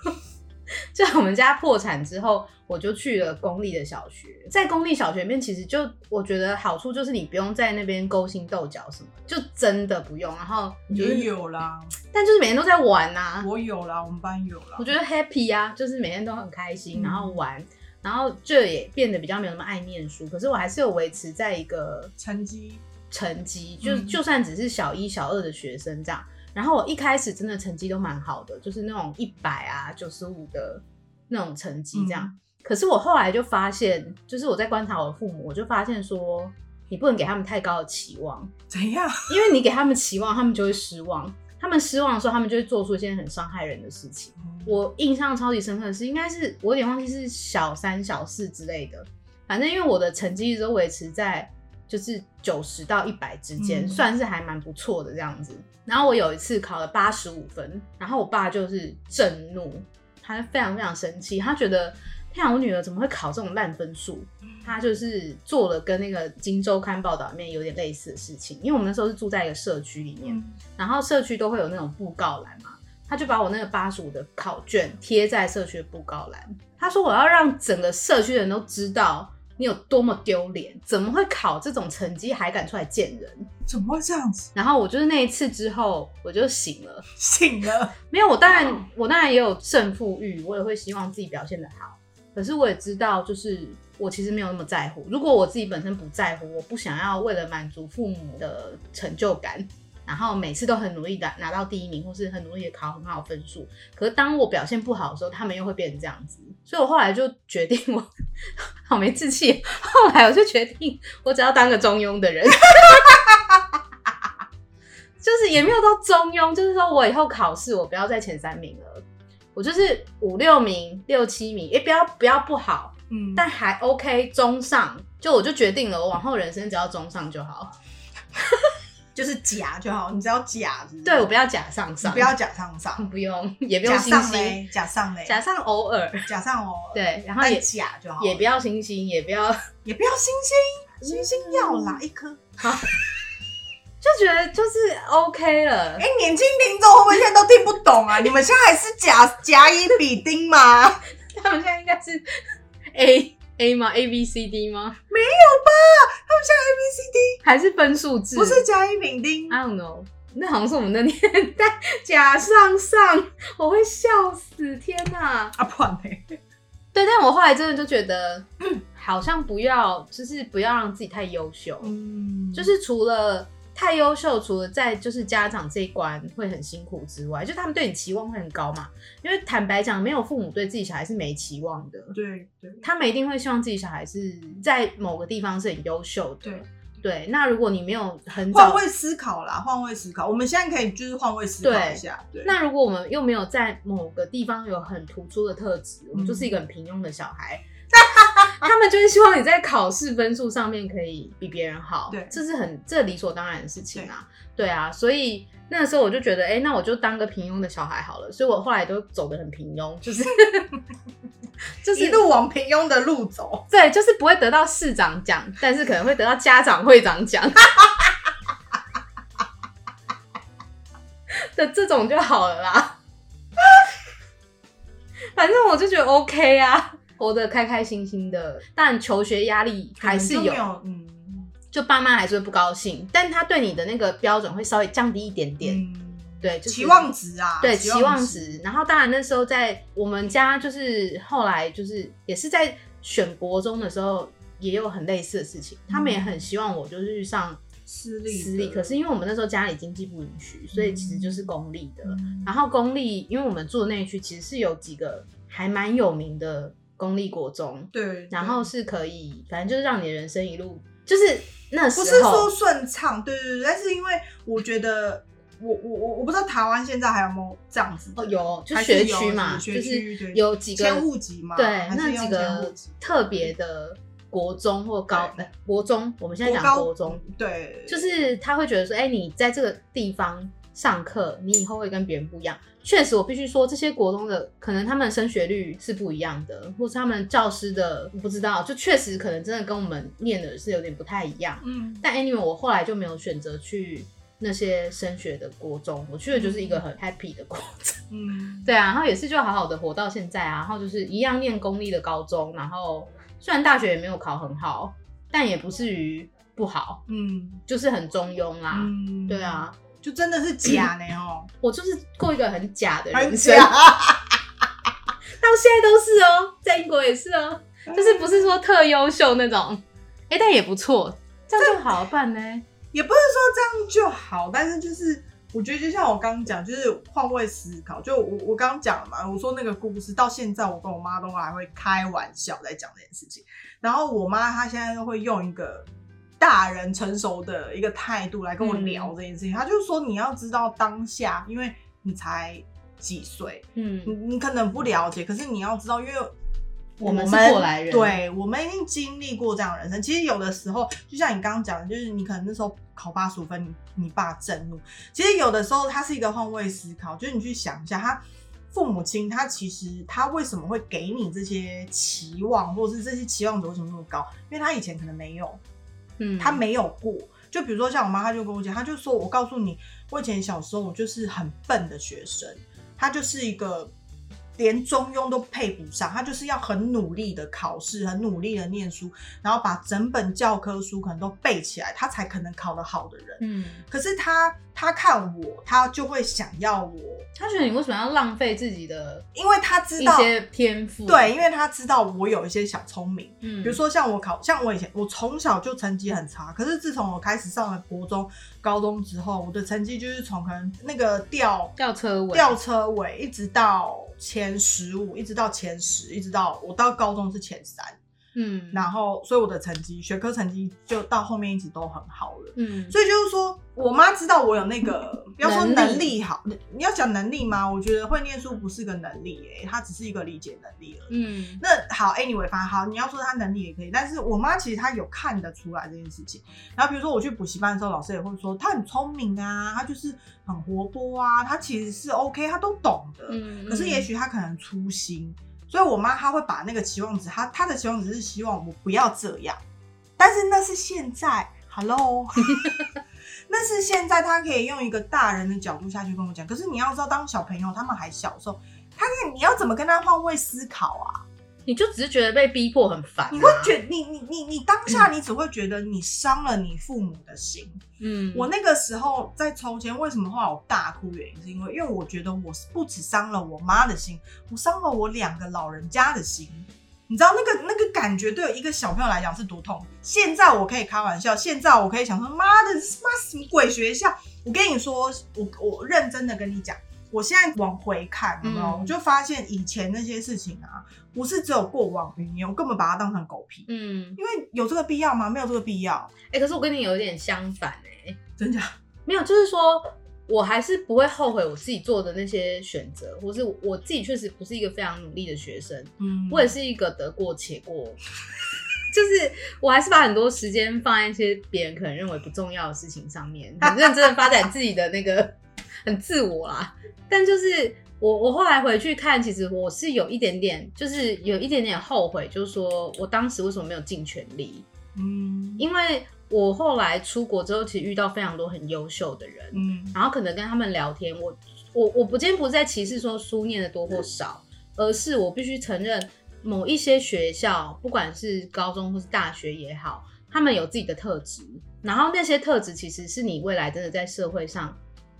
[SPEAKER 3] 就我们家破产之后，我就去了公立的小学。在公立小学里面，其实就我觉得好处就是你不用在那边勾心斗角什么的，就真的不用。然后你就是
[SPEAKER 1] 也，有啦，
[SPEAKER 3] 但就是每天都在玩啊呐、
[SPEAKER 1] 我有啦，我们班有啦
[SPEAKER 3] 我。觉得 happy 啊，就是每天都很开心，
[SPEAKER 1] 嗯
[SPEAKER 3] 然后玩，然后这也变得比较没有那么爱念书，可是我还是有维持在一个
[SPEAKER 1] 成绩
[SPEAKER 3] 成绩，就
[SPEAKER 1] 嗯
[SPEAKER 3] 就算只是小一、小二的学生这样。然后我一开始真的成绩都蛮好的，就是那种一百啊、九十五的那种成绩这样。
[SPEAKER 1] 嗯
[SPEAKER 3] 可是我后来就发现，就是我在观察我的父母，我就发现说，你不能给他们太高的期望，
[SPEAKER 1] 怎样？
[SPEAKER 3] 因为你给他们期望，他们就会失望。他们失望的时候，他们就会做出一些很伤害人的事情。我印象超级深刻的是，应该是我有点忘记是小三、小四之类的。反正因为我的成绩一直都维持在就是九十到一百之间，
[SPEAKER 1] 嗯
[SPEAKER 3] 算是还蛮不错的这样子。然后我有一次考了八十五分，然后我爸就是震怒，他非常非常生气，他觉得天啊，我女儿怎么会考这种烂分数？他就是做了跟那个《金周刊》报道里面有点类似的事情，因为我们那时候是住在一个社区里面，
[SPEAKER 1] 嗯
[SPEAKER 3] 然后社区都会有那种布告栏嘛，他就把我那个八十五的考卷贴在社区的布告栏。他说我要让整个社区的人都知道你有多么丢脸，怎么会考这种成绩还敢出来见人？
[SPEAKER 1] 怎么会这样子？
[SPEAKER 3] 然后我就是那一次之后我就醒了，
[SPEAKER 1] 醒了，
[SPEAKER 3] 没有我当然我当然也有胜负欲，我也会希望自己表现得好，可是我也知道就是。我其实没有那么在乎。如果我自己本身不在乎，我不想要为了满足父母的成就感，然后每次都很努力的拿到第一名，或是很努力的考很好的分数。可是当我表现不好的时候，他们又会变成这样子，所以我后来就决定我 [laughs] 好没志气。后来我就决定，我只要当个中庸的人，就是也没有到中庸，就是说我以后考试我不要再前三名了，我就是五六名、六七名，也不要不要不好，
[SPEAKER 1] 嗯，
[SPEAKER 3] 但还 OK 中上。就我就决定了，我往后人生只要中上就好。
[SPEAKER 1] 就是假就好，你只要假是不是嗯
[SPEAKER 3] 对我不要假上
[SPEAKER 1] 你
[SPEAKER 3] 上，
[SPEAKER 1] 不要假上上，
[SPEAKER 3] 不用，也不用
[SPEAKER 1] 假
[SPEAKER 3] 星
[SPEAKER 1] 上
[SPEAKER 3] 星，
[SPEAKER 1] 嘞，假上嘞，
[SPEAKER 3] 假上偶尔，
[SPEAKER 1] 假上哦，，
[SPEAKER 3] 对，然后
[SPEAKER 1] 但
[SPEAKER 3] 也
[SPEAKER 1] 假就好，
[SPEAKER 3] 也不要星星，也不要，
[SPEAKER 1] 也不要星星，星星要啦一颗。
[SPEAKER 3] 就觉得就是 OK 了
[SPEAKER 1] 哎、。
[SPEAKER 3] [laughs]
[SPEAKER 1] 年轻听众会不会现在都听不懂啊？你们现在还是甲甲乙丙丁吗？
[SPEAKER 3] 他们现在应该是 A A 吗？A B C D 吗？
[SPEAKER 1] 他们现在 A B C D
[SPEAKER 3] 还是分数制？
[SPEAKER 1] [laughs] 不是甲乙丙丁，
[SPEAKER 3] I don't know，那好像是我们的年代，假上上，我会笑死，天哪！
[SPEAKER 1] 啊，不然嘞，
[SPEAKER 3] 对，但我后来真的就觉得，嗯好像不要，就是不要让自己太优秀，
[SPEAKER 1] 嗯，
[SPEAKER 3] 就是除了太优秀，除了在就是家长这一关会很辛苦之外，就他们对你期望会很高嘛，因为坦白讲，没有父母对自己小孩是没期望的，
[SPEAKER 1] 对对
[SPEAKER 3] 他们一定会希望自己小孩是在某个地方是很优秀的，
[SPEAKER 1] 对，
[SPEAKER 3] 对。那如果你没有很
[SPEAKER 1] 换
[SPEAKER 3] 早
[SPEAKER 1] 位思考啦，换位思考，我们现在可以就是换位思考一下，对，
[SPEAKER 3] 那如果我们又没有在某个地方有很突出的特质，我们就是一个很平庸的小孩，
[SPEAKER 1] [laughs]
[SPEAKER 3] 他们就是希望你在考试分数上面可以比别人好，
[SPEAKER 1] 对
[SPEAKER 3] 这是很这理所当然的事情啊，对啊，所以那时候我就觉得，哎、那我就当个平庸的小孩好了，所以我后来都走得很平庸，就是 [laughs] 就是
[SPEAKER 1] 一路往平庸的路走，
[SPEAKER 3] 对，就是不会得到市长奖，但是可能会得到家长会长奖。 [laughs] 的这种就好了啦，反正我就觉得 OK 啊，活得开开心心的。但求学压力还是
[SPEAKER 1] 可能就
[SPEAKER 3] 有
[SPEAKER 1] 没，有，嗯，
[SPEAKER 3] 就爸妈还是会不高兴，但他对你的那个标准会稍微降低一点点。
[SPEAKER 1] 嗯
[SPEAKER 3] 对就是
[SPEAKER 1] 期望值啊，
[SPEAKER 3] 对期
[SPEAKER 1] 期
[SPEAKER 3] 望
[SPEAKER 1] 值，
[SPEAKER 3] 值。然后当然那时候在我们家，就是后来就是也是在选国中的时候，也有很类似的事情。他们也很希望我就是去上
[SPEAKER 1] 嗯私立的
[SPEAKER 3] 私立，可是因为我们那时候家里经济不允许，所以其实就是公立的。
[SPEAKER 1] 嗯
[SPEAKER 3] 然后公立，因为我们住的那一区其实是有几个还蛮有名的公立国中，
[SPEAKER 1] 对，
[SPEAKER 3] 然后
[SPEAKER 1] 对
[SPEAKER 3] 是可以，反正就是让你的人生一路就是那时
[SPEAKER 1] 不
[SPEAKER 3] 候
[SPEAKER 1] 是说顺畅，对对对，但是因为我觉得。我我我我不知道台湾现在还有没有这样子的
[SPEAKER 3] 哦有就
[SPEAKER 1] 还是
[SPEAKER 3] 学
[SPEAKER 1] 有
[SPEAKER 3] 区嘛，
[SPEAKER 1] 学
[SPEAKER 3] 就
[SPEAKER 1] 区
[SPEAKER 3] 是
[SPEAKER 1] 对
[SPEAKER 3] 有几个
[SPEAKER 1] 迁户籍嘛
[SPEAKER 3] 对
[SPEAKER 1] 还，是
[SPEAKER 3] 那
[SPEAKER 1] 用
[SPEAKER 3] 几
[SPEAKER 1] 迁户
[SPEAKER 3] 个
[SPEAKER 1] 籍
[SPEAKER 3] 特别的国中或高
[SPEAKER 1] 对
[SPEAKER 3] 呃国中，我们现在
[SPEAKER 1] 国
[SPEAKER 3] 讲
[SPEAKER 1] 高嗯
[SPEAKER 3] 国中，
[SPEAKER 1] 对，
[SPEAKER 3] 就是他会觉得说，哎、你在这个地方上课，你以后会跟别人不一样。确实，我必须说，这些国中的可能他们升学率是不一样的，或是他们教师的我不知道，就确实可能真的跟我们念的是有点不太一样。
[SPEAKER 1] 嗯，
[SPEAKER 3] 但 anyway，我后来就没有选择去那些升学的国中，我去的就是一个很 happy 的国中。
[SPEAKER 1] 嗯，
[SPEAKER 3] 对啊，然后也是就好好的活到现在啊，然后就是一样念公立的高中，然后虽然大学也没有考很好，但也不至于不好，
[SPEAKER 1] 嗯
[SPEAKER 3] 就是很中庸啦。
[SPEAKER 1] 嗯，
[SPEAKER 3] 对，啊，
[SPEAKER 1] 就真的是假呢哦，
[SPEAKER 3] [laughs] 我就是过一个很假的
[SPEAKER 1] 很
[SPEAKER 3] 人生，到
[SPEAKER 1] 假，
[SPEAKER 3] 现在都是哦，在英国也是哦，就是不是说特优秀那种，哎、但也不错，这样就好办呢、
[SPEAKER 1] 也不是说这样就好，但是就是。我觉得就像我刚刚讲，就是换位思考。就我我刚刚讲了嘛，我说那个故事到现在，我跟我妈都还会开玩笑在讲这件事情。然后我妈她现在都会用一个大人成熟的一个态度来跟我聊这件事情。她就说你要知道当下，因为你才几岁，你
[SPEAKER 3] 嗯，
[SPEAKER 1] 你可能不了解，可是你要知道，因为
[SPEAKER 3] 我们
[SPEAKER 1] 们
[SPEAKER 3] 是过来人
[SPEAKER 1] 对我们已经经历过这样的人生。其实有的时候，就像你刚刚讲的，就是你可能那时候考八十五分，你你爸震怒。其实有的时候，它是一个换位思考，就是你去想一下，他父母亲他其实他为什么会给你这些期望，或者是这些期望值为什么那么高？因为他以前可能没有，
[SPEAKER 3] 嗯，
[SPEAKER 1] 他没有过。就比如说像我妈，她就跟我讲，她就说我告诉你，我以前小时候我就是很笨的学生，她就是一个连中庸都配不上，她就是要很努力的考试，很努力的念书，然后把整本教科书可能都背起来，她才可能考得好的人。
[SPEAKER 3] 嗯，
[SPEAKER 1] 可是她她看我，她就会想要我，
[SPEAKER 3] 他觉得你为什么要浪费自己的
[SPEAKER 1] 因为她知
[SPEAKER 3] 一
[SPEAKER 1] 道，
[SPEAKER 3] 些天赋？
[SPEAKER 1] 对，因为她知道我有一些小聪明。
[SPEAKER 3] 嗯，
[SPEAKER 1] 比如说像我考，像我以前我从小就成绩很差，可是自从我开始上了国中、高中之后，我的成绩就是从可能那个吊
[SPEAKER 3] 吊车尾，
[SPEAKER 1] 吊车尾，一直到前十五，一直到前十，一直到我到高中是前三，
[SPEAKER 3] 嗯，
[SPEAKER 1] 然后所以我的成绩学科成绩就到后面一直都很好了。
[SPEAKER 3] 嗯，
[SPEAKER 1] 所以就是说，我妈知道我有那
[SPEAKER 3] [laughs]
[SPEAKER 1] 个，不要说
[SPEAKER 3] 能力
[SPEAKER 1] 能力好，你要讲能力吗？我觉得会念书不是个能力、欸，它只是一个理解能力而已。
[SPEAKER 3] 嗯，
[SPEAKER 1] 那好，anyway，反正好，你要说他能力也可以，但是我妈其实她有看得出来这件事情。然后比如说我去补习班的时候，老师也会说她很聪明啊，她就是很活泼啊，她其实是 OK，她都懂的。
[SPEAKER 3] 嗯，
[SPEAKER 1] 可是也许她可能粗心，所以我妈她会把那个期望值，她她的期望值是希望我不要这样，但是那是现在，hello，那是现在她可以用一个大人的角度下去跟我讲。可是你要知道，当小朋友他们还小的时候，他看你要怎么跟他换位思考啊？
[SPEAKER 3] 你就只是觉得被逼迫很烦啊、
[SPEAKER 1] 你会觉你你你你当下你只会觉得你伤了你父母的心。
[SPEAKER 3] 嗯，
[SPEAKER 1] 我那个时候在抽签，为什么后来我大哭？原因是因为因为我觉得我不只伤了我妈的心，我伤了我两个老人家的心。你知道那个那个感觉对一个小朋友来讲是多痛？现在我可以开玩笑，现在我可以想说，妈的，妈什么鬼学校？我跟你说，我我认真的跟你讲，我现在往回看，有没有？
[SPEAKER 3] 嗯
[SPEAKER 1] 我就发现以前那些事情啊，不是只有过往云烟，我根本把它当成狗屁，
[SPEAKER 3] 嗯，
[SPEAKER 1] 因为有这个必要吗？没有这个必要，
[SPEAKER 3] 哎、可是我跟你有一点相反哎、
[SPEAKER 1] 真假？
[SPEAKER 3] 没有，就是说我还是不会后悔我自己做的那些选择，或是我自己确实不是一个非常努力的学生，
[SPEAKER 1] 嗯
[SPEAKER 3] 我也是一个得过且过， [laughs] 就是我还是把很多时间放在一些别人可能认为不重要的事情上面，很认真的发展自己的那个 [laughs] 很自我啦。但就是我我后来回去看，其实我是有一点点，就是有一点点后悔，就是说我当时为什么没有尽全力，
[SPEAKER 1] 嗯
[SPEAKER 3] 因为我后来出国之后，其实遇到非常多很优秀的人，
[SPEAKER 1] 嗯
[SPEAKER 3] 然后可能跟他们聊天，我我我不今天不是在歧视说书念的多或少，而是我必须承认某一些学校，不管是高中或是大学也好，他们有自己的特质，然后那些特质其实是你未来真的在社会上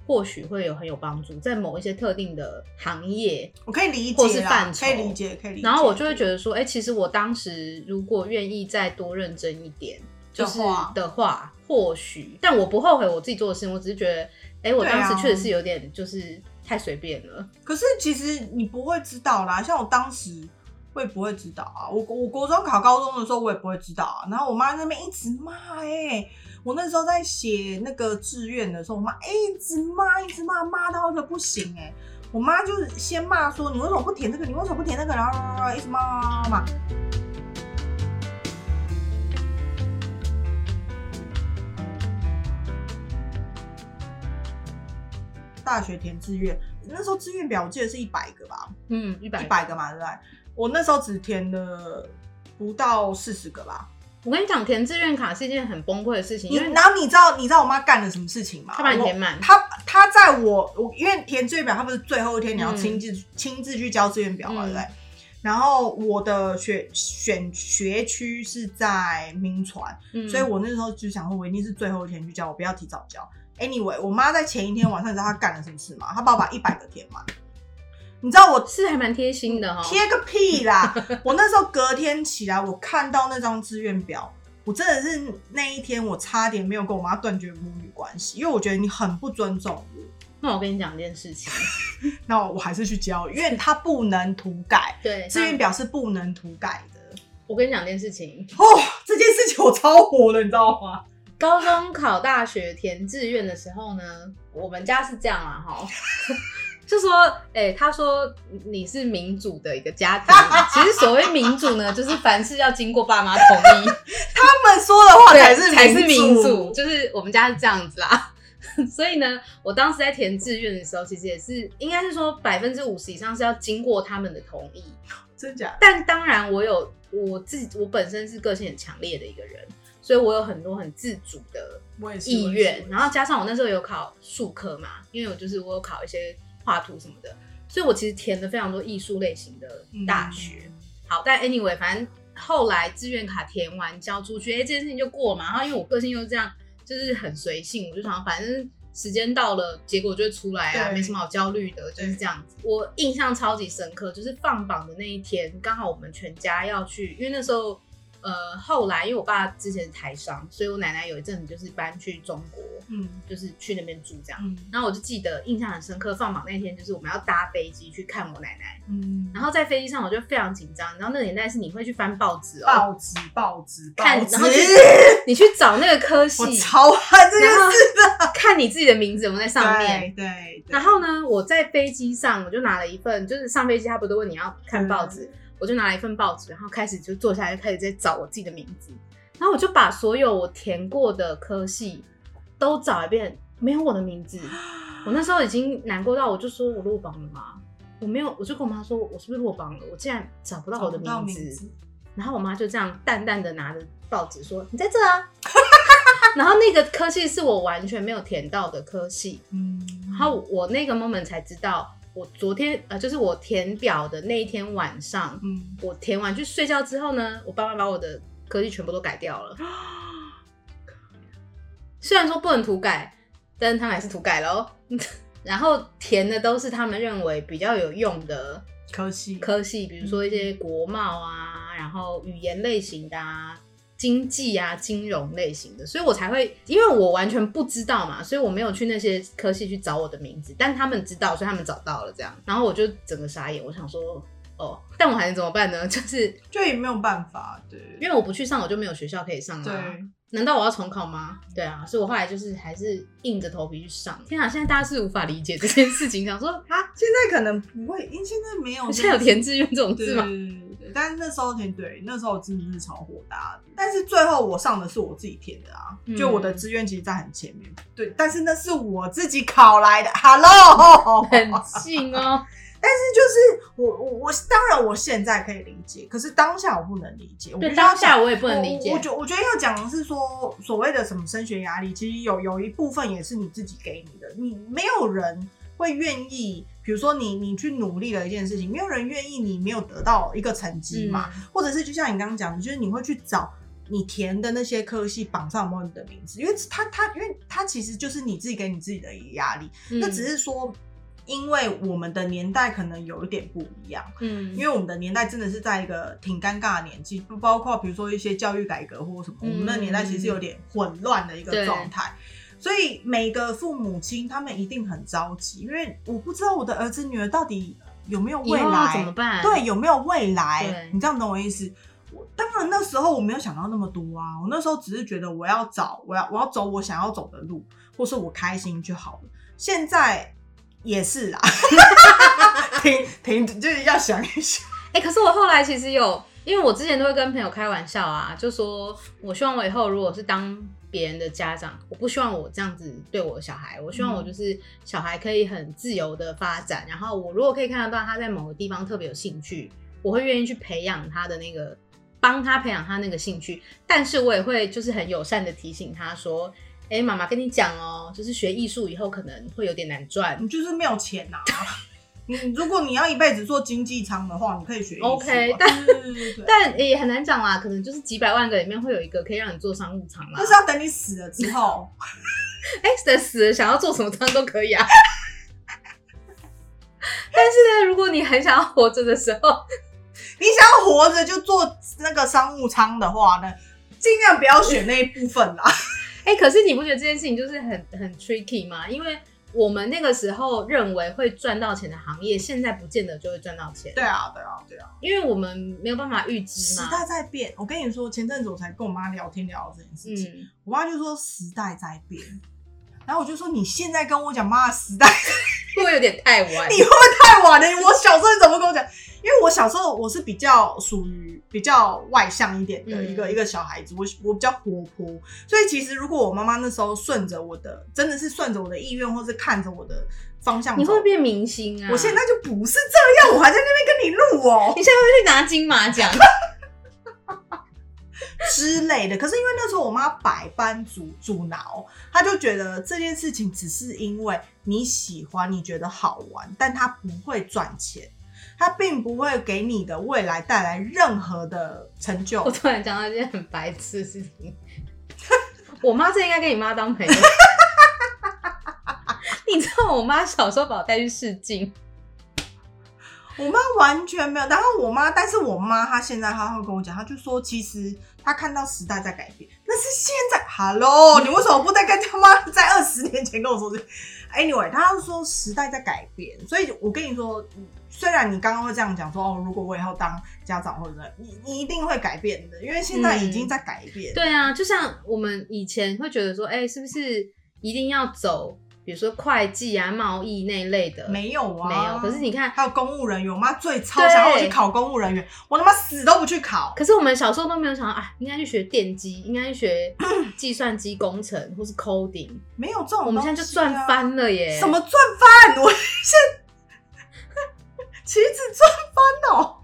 [SPEAKER 3] 或许会有很有帮助，在某一些特定的行业，
[SPEAKER 1] 我可以理
[SPEAKER 3] 或
[SPEAKER 1] 解
[SPEAKER 3] 是
[SPEAKER 1] 啦
[SPEAKER 3] 范，畴
[SPEAKER 1] 可以理解，可以理解。
[SPEAKER 3] 然后我就会觉得说，哎、其实我当时如果愿意再多认真一点，就是
[SPEAKER 1] 的话
[SPEAKER 3] 的话，或许，但我不后悔我自己做的事情，我只是觉得，哎、我
[SPEAKER 1] 对
[SPEAKER 3] 当
[SPEAKER 1] 啊
[SPEAKER 3] 时确实是有点就是太随便了。
[SPEAKER 1] 可是其实你不会知道啦，像我当时我也不会知道啊，我我国中考高中的时候我也不会知道啊，然后我妈那边一直骂哎、我那时候在写那个志愿的时候，我妈、哎一直骂一直骂，骂到一个不行哎、我妈就是先骂说你为什么不填这个，你为什么不填那个，然后然后一直骂骂骂骂骂。大学填志愿，那时候志愿表我记得是一百个吧，
[SPEAKER 3] 嗯，一百
[SPEAKER 1] 一百个嘛，对不对？我那时候只填了不到四十个吧。
[SPEAKER 3] 我跟你讲，填志愿卡是一件很崩溃的事情，
[SPEAKER 1] 你
[SPEAKER 3] 因为
[SPEAKER 1] 然后你知道你知道我妈干了什么事情吗？
[SPEAKER 3] 他把你
[SPEAKER 1] 我
[SPEAKER 3] 填满
[SPEAKER 1] 她她在我我因为填志愿表，她不是最后一天你要
[SPEAKER 3] 嗯
[SPEAKER 1] 亲自、亲自去交志愿表嘛，
[SPEAKER 3] 嗯
[SPEAKER 1] 对不对？然后我的学选学区是在民传，
[SPEAKER 3] 嗯
[SPEAKER 1] 所以我那时候就想说，我一定是最后一天去交，我不要提早交。Anyway，我妈在前一天晚上，你知道她干了什么事吗？她帮我把一百个填满。你知道我
[SPEAKER 3] 是还蛮贴心的哈。
[SPEAKER 1] 贴个屁
[SPEAKER 3] [laughs]
[SPEAKER 1] 啦！我那时候隔天起来，我看到那张志愿表，我真的是那一天我差点没有跟我妈断绝母女关系，因为我觉得你很不尊重我。
[SPEAKER 3] 那我跟你讲一件事情，
[SPEAKER 1] 那我还是去交，因为它不能涂改，
[SPEAKER 3] 对，嗯
[SPEAKER 1] 志愿
[SPEAKER 3] 那
[SPEAKER 1] 表是不能涂改的。
[SPEAKER 3] 我跟你讲一件事情，
[SPEAKER 1] 哦，这件事情我超火的，你知道吗？
[SPEAKER 3] 高中考大学填志愿的时候呢，我们家是这样啊，哈， [laughs] 就说，哎、他说你是民主的一个家庭， [laughs] 其实所谓民主呢，就是凡事要经过爸妈同意，
[SPEAKER 1] 他们说的话
[SPEAKER 3] 对
[SPEAKER 1] 才是
[SPEAKER 3] 才是民
[SPEAKER 1] 主，
[SPEAKER 3] 就是我们家是这样子啦。 [laughs] 所以呢，我当时在填志愿的时候，其实也是应该是说百分之五十以上是要经过他们的同意，
[SPEAKER 1] 真假的？
[SPEAKER 3] 但当然，我有我自己，我本身是个性很强烈的一个人，所以我有很多很自主的
[SPEAKER 1] 我也是
[SPEAKER 3] 意
[SPEAKER 1] 我也
[SPEAKER 3] 愿，
[SPEAKER 1] 是
[SPEAKER 3] 然后加上我那时候有考数科嘛，因为我就是我有考一些画图什么的，所以我其实填了非常多艺术类型的大学。好，但 anyway，反正后来志愿卡填完交出去，哎、这件事情就过嘛。然后因为我个性又这样，就是很随性，我就想反正时间到了，结果就会出来啊，
[SPEAKER 1] 对
[SPEAKER 3] 没什么好焦虑的，就是这样子。我印象超级深刻，就是放榜的那一天，刚好我们全家要去，因为那时候。呃，后来因为我爸之前是台商，所以我奶奶有一阵子就是搬去中国，
[SPEAKER 1] 嗯
[SPEAKER 3] 就是去那边住这样。
[SPEAKER 1] 嗯
[SPEAKER 3] 然后我就记得印象很深刻，放榜那天就是我们要搭飞机去看我奶奶，
[SPEAKER 1] 嗯，
[SPEAKER 3] 然后在飞机上我就非常紧张。然后那个年代是你会去翻报纸哦，
[SPEAKER 1] 报纸报纸
[SPEAKER 3] 看
[SPEAKER 1] 报纸
[SPEAKER 3] 然后，去你去找那个科系
[SPEAKER 1] 我，超恨这件
[SPEAKER 3] 然
[SPEAKER 1] 事
[SPEAKER 3] 后看你自己的名字有没有在上面。
[SPEAKER 1] 对对对
[SPEAKER 3] 然后呢，我在飞机上我就拿了一份，就是上飞机他不都问你要看报
[SPEAKER 1] 嗯
[SPEAKER 3] 纸，我就拿了一份报纸，然后开始就坐下来就开始在找我自己的名字，然后我就把所有我填过的科系都找一遍，没有我的名字。
[SPEAKER 1] 啊
[SPEAKER 3] 我那时候已经难过到，我就说我落榜了吗？我没有，我就跟我妈说，我是不是落榜了？我竟然找不到我的
[SPEAKER 1] 找不到
[SPEAKER 3] 名字。
[SPEAKER 1] 名字
[SPEAKER 3] 然后我妈就这样淡淡的拿着报纸说：“你在这啊。” [laughs] 然后那个科系是我完全没有填到的科系，
[SPEAKER 1] 嗯，
[SPEAKER 3] 然后我那个 moment 才知道，我昨天呃，就是我填表的那一天晚上，
[SPEAKER 1] 嗯，
[SPEAKER 3] 我填完去睡觉之后呢，我爸妈把我的科技全部都改掉了。虽然说不能涂改，但是他们还是涂改喽。 [laughs] 然后填的都是他们认为比较有用的
[SPEAKER 1] 可惜，
[SPEAKER 3] 科系，比如说一些
[SPEAKER 1] 嗯
[SPEAKER 3] 国贸啊，然后语言类型的啊。经济啊，金融类型的，所以我才会，因为我完全不知道嘛，所以我没有去那些科系去找我的名字，但他们知道，所以他们找到了这样，然后我就整个傻眼，我想说，哦，但我还能怎么办呢？ [laughs] 就是
[SPEAKER 1] 就也没有办法，对，
[SPEAKER 3] 因为我不去上，我就没有学校可以上啦。
[SPEAKER 1] 对，
[SPEAKER 3] 难道我要重考吗？对啊，所以我后来就是还是硬着头皮去上。天啊，现在大家是无法理解这件事情，想说啊，
[SPEAKER 1] 现在可能不会，因为现在没有，
[SPEAKER 3] 现在有填志愿这种
[SPEAKER 1] 对
[SPEAKER 3] 事
[SPEAKER 1] 对
[SPEAKER 3] 吗？
[SPEAKER 1] 对对，但是那时候填对，那时候我真的是超火大的。但是最后我上的是我自己填的啊，
[SPEAKER 3] 嗯
[SPEAKER 1] 就我的志愿其实在很前面。对，但是那是我自己考来的。Hello， [laughs]
[SPEAKER 3] 很近哦，
[SPEAKER 1] 但是就是我我我当然我现在可以理解，可是当下我不能理解。我必
[SPEAKER 3] 对，
[SPEAKER 1] 须要
[SPEAKER 3] 当
[SPEAKER 1] 讲
[SPEAKER 3] 下我也不能理解
[SPEAKER 1] 我我。觉我觉得要讲的是说，所谓的什么升学压力，其实有有一部分也是你自己给你的，你没有人会愿意。比如说你你去努力了一件事情，没有人愿意你没有得到一个成绩嘛，
[SPEAKER 3] 嗯
[SPEAKER 1] 或者是就像你刚刚讲的，就是你会去找你填的那些科系榜上有没有你的名字，因为它它因为它其实就是你自己给你自己的一个压力，
[SPEAKER 3] 嗯，
[SPEAKER 1] 那只是说。因为我们的年代可能有一点不一样，
[SPEAKER 3] 嗯，
[SPEAKER 1] 因为我们的年代真的是在一个挺尴尬的年纪，不包括比如说一些教育改革或什么，
[SPEAKER 3] 嗯
[SPEAKER 1] 我们那年代其实有点混乱的一个
[SPEAKER 3] 对
[SPEAKER 1] 状态。所以每个父母亲他们一定很着急，因为我不知道我的儿子女儿到底有没有
[SPEAKER 3] 以
[SPEAKER 1] 未
[SPEAKER 3] 后要怎么
[SPEAKER 1] 来，
[SPEAKER 3] 办？
[SPEAKER 1] 对，有没有未来
[SPEAKER 3] 对？
[SPEAKER 1] 你这样懂我意思？我当然那时候我没有想到那么多啊，我那时候只是觉得我要找，我要我要走我想要走的路，或是我开心就好了。现在也是啦， [laughs] 停停，就是要想一想。
[SPEAKER 3] 哎、可是我后来其实有，因为我之前都会跟朋友开玩笑啊，就说我希望我以后如果是当别人的家长，我不希望我这样子对我的小孩，我希望我就是小孩可以很自由的发展，然后我如果可以看得到他在某个地方特别有兴趣，我会愿意去培养他的那个，帮他培养他那个兴趣，但是我也会就是很友善的提醒他说。哎、妈妈跟你讲哦、就是学艺术以后可能会有点难赚。
[SPEAKER 1] 你就是没有钱呐、你你如果你要一辈子做经济舱的话，你可以学艺术啊、
[SPEAKER 3] OK，
[SPEAKER 1] 但对对对对对，
[SPEAKER 3] 但也很难讲啦，可能就是几百万个里面会有一个可以让你做商务舱啦。
[SPEAKER 1] 但是要等你死了之后，
[SPEAKER 3] 哎，等死了想要做什么当然都
[SPEAKER 1] [laughs]
[SPEAKER 3] 可以啊。但是呢，如果你很想要活着的时候， [laughs]
[SPEAKER 1] 你想要活着就做那个商务舱的话呢，尽量不要选那一部分啦。 [laughs]
[SPEAKER 3] 哎，可是你不觉得这件事情就是很很 tricky 吗？因为我们那个时候认为会赚到钱的行业，现在不见得就会赚到钱，
[SPEAKER 1] 对啊，对啊，对啊，
[SPEAKER 3] 因为我们没有办法预知
[SPEAKER 1] 时
[SPEAKER 3] 嘛。
[SPEAKER 1] 代在变。我跟你说，前阵子我才跟我妈聊天聊到这件事情，
[SPEAKER 3] 嗯，
[SPEAKER 1] 我妈就说时代在变。然后我就说，你现在跟我讲妈的时代
[SPEAKER 3] 会不会有点太晚？
[SPEAKER 1] 你会不会太晚了？我小时候你怎么跟我讲？因为我小时候我是比较属于比较外向一点的
[SPEAKER 3] 嗯
[SPEAKER 1] 一个、一个小孩子，我我比较活泼，所以其实如果我妈妈那时候顺着我的，真的是顺着我的意愿，或是看着我的方向走，
[SPEAKER 3] 你会不会变明星啊？
[SPEAKER 1] 我现在就不是这样，我还在那边跟你录哦、
[SPEAKER 3] 你现在会不会去拿金马奖？
[SPEAKER 1] 之类的。可是因为那时候我妈百般阻阻挠，她就觉得这件事情只是因为你喜欢，你觉得好玩，但它不会赚钱，它并不会给你的未来带来任何的成就
[SPEAKER 3] [laughs] 我。突然讲到一件很白痴的事情， [laughs] 我妈这应该跟你妈当 [laughs] 朋友。你知道我妈小时候把我带去试镜，
[SPEAKER 1] 我妈完全没有。然后我妈，但是我妈她现在她会跟我讲，她就说其实她看到时代在改变，那是现在。Hello，你为
[SPEAKER 3] 嗯
[SPEAKER 1] 什么不在跟他妈在二十年前跟我说这个？Anyway，她就说时代在改变，所以我跟你说，虽然你刚刚会这样讲说哦，如果我以后当家长或者是你你一定会改变的，因为现在已经在改变。
[SPEAKER 3] 对啊，就像我们以前会觉得说，哎、是不是一定要走，比如说会计啊、贸易那一类的？
[SPEAKER 1] 没有啊，
[SPEAKER 3] 没有。可是你看，
[SPEAKER 1] 还有公务人员，我妈最超
[SPEAKER 3] 对
[SPEAKER 1] 想要我去考公务人员，我他妈死都不去考。
[SPEAKER 3] 可是我们小时候都没有想到，啊，应该去学电机，应该去 [clears throat] 学计算机工程或是 coding，、
[SPEAKER 1] 没有这种、啊
[SPEAKER 3] 我们现在就赚。翻了耶！
[SPEAKER 1] 什么赚翻？我 [laughs] 现棋子赚翻哦。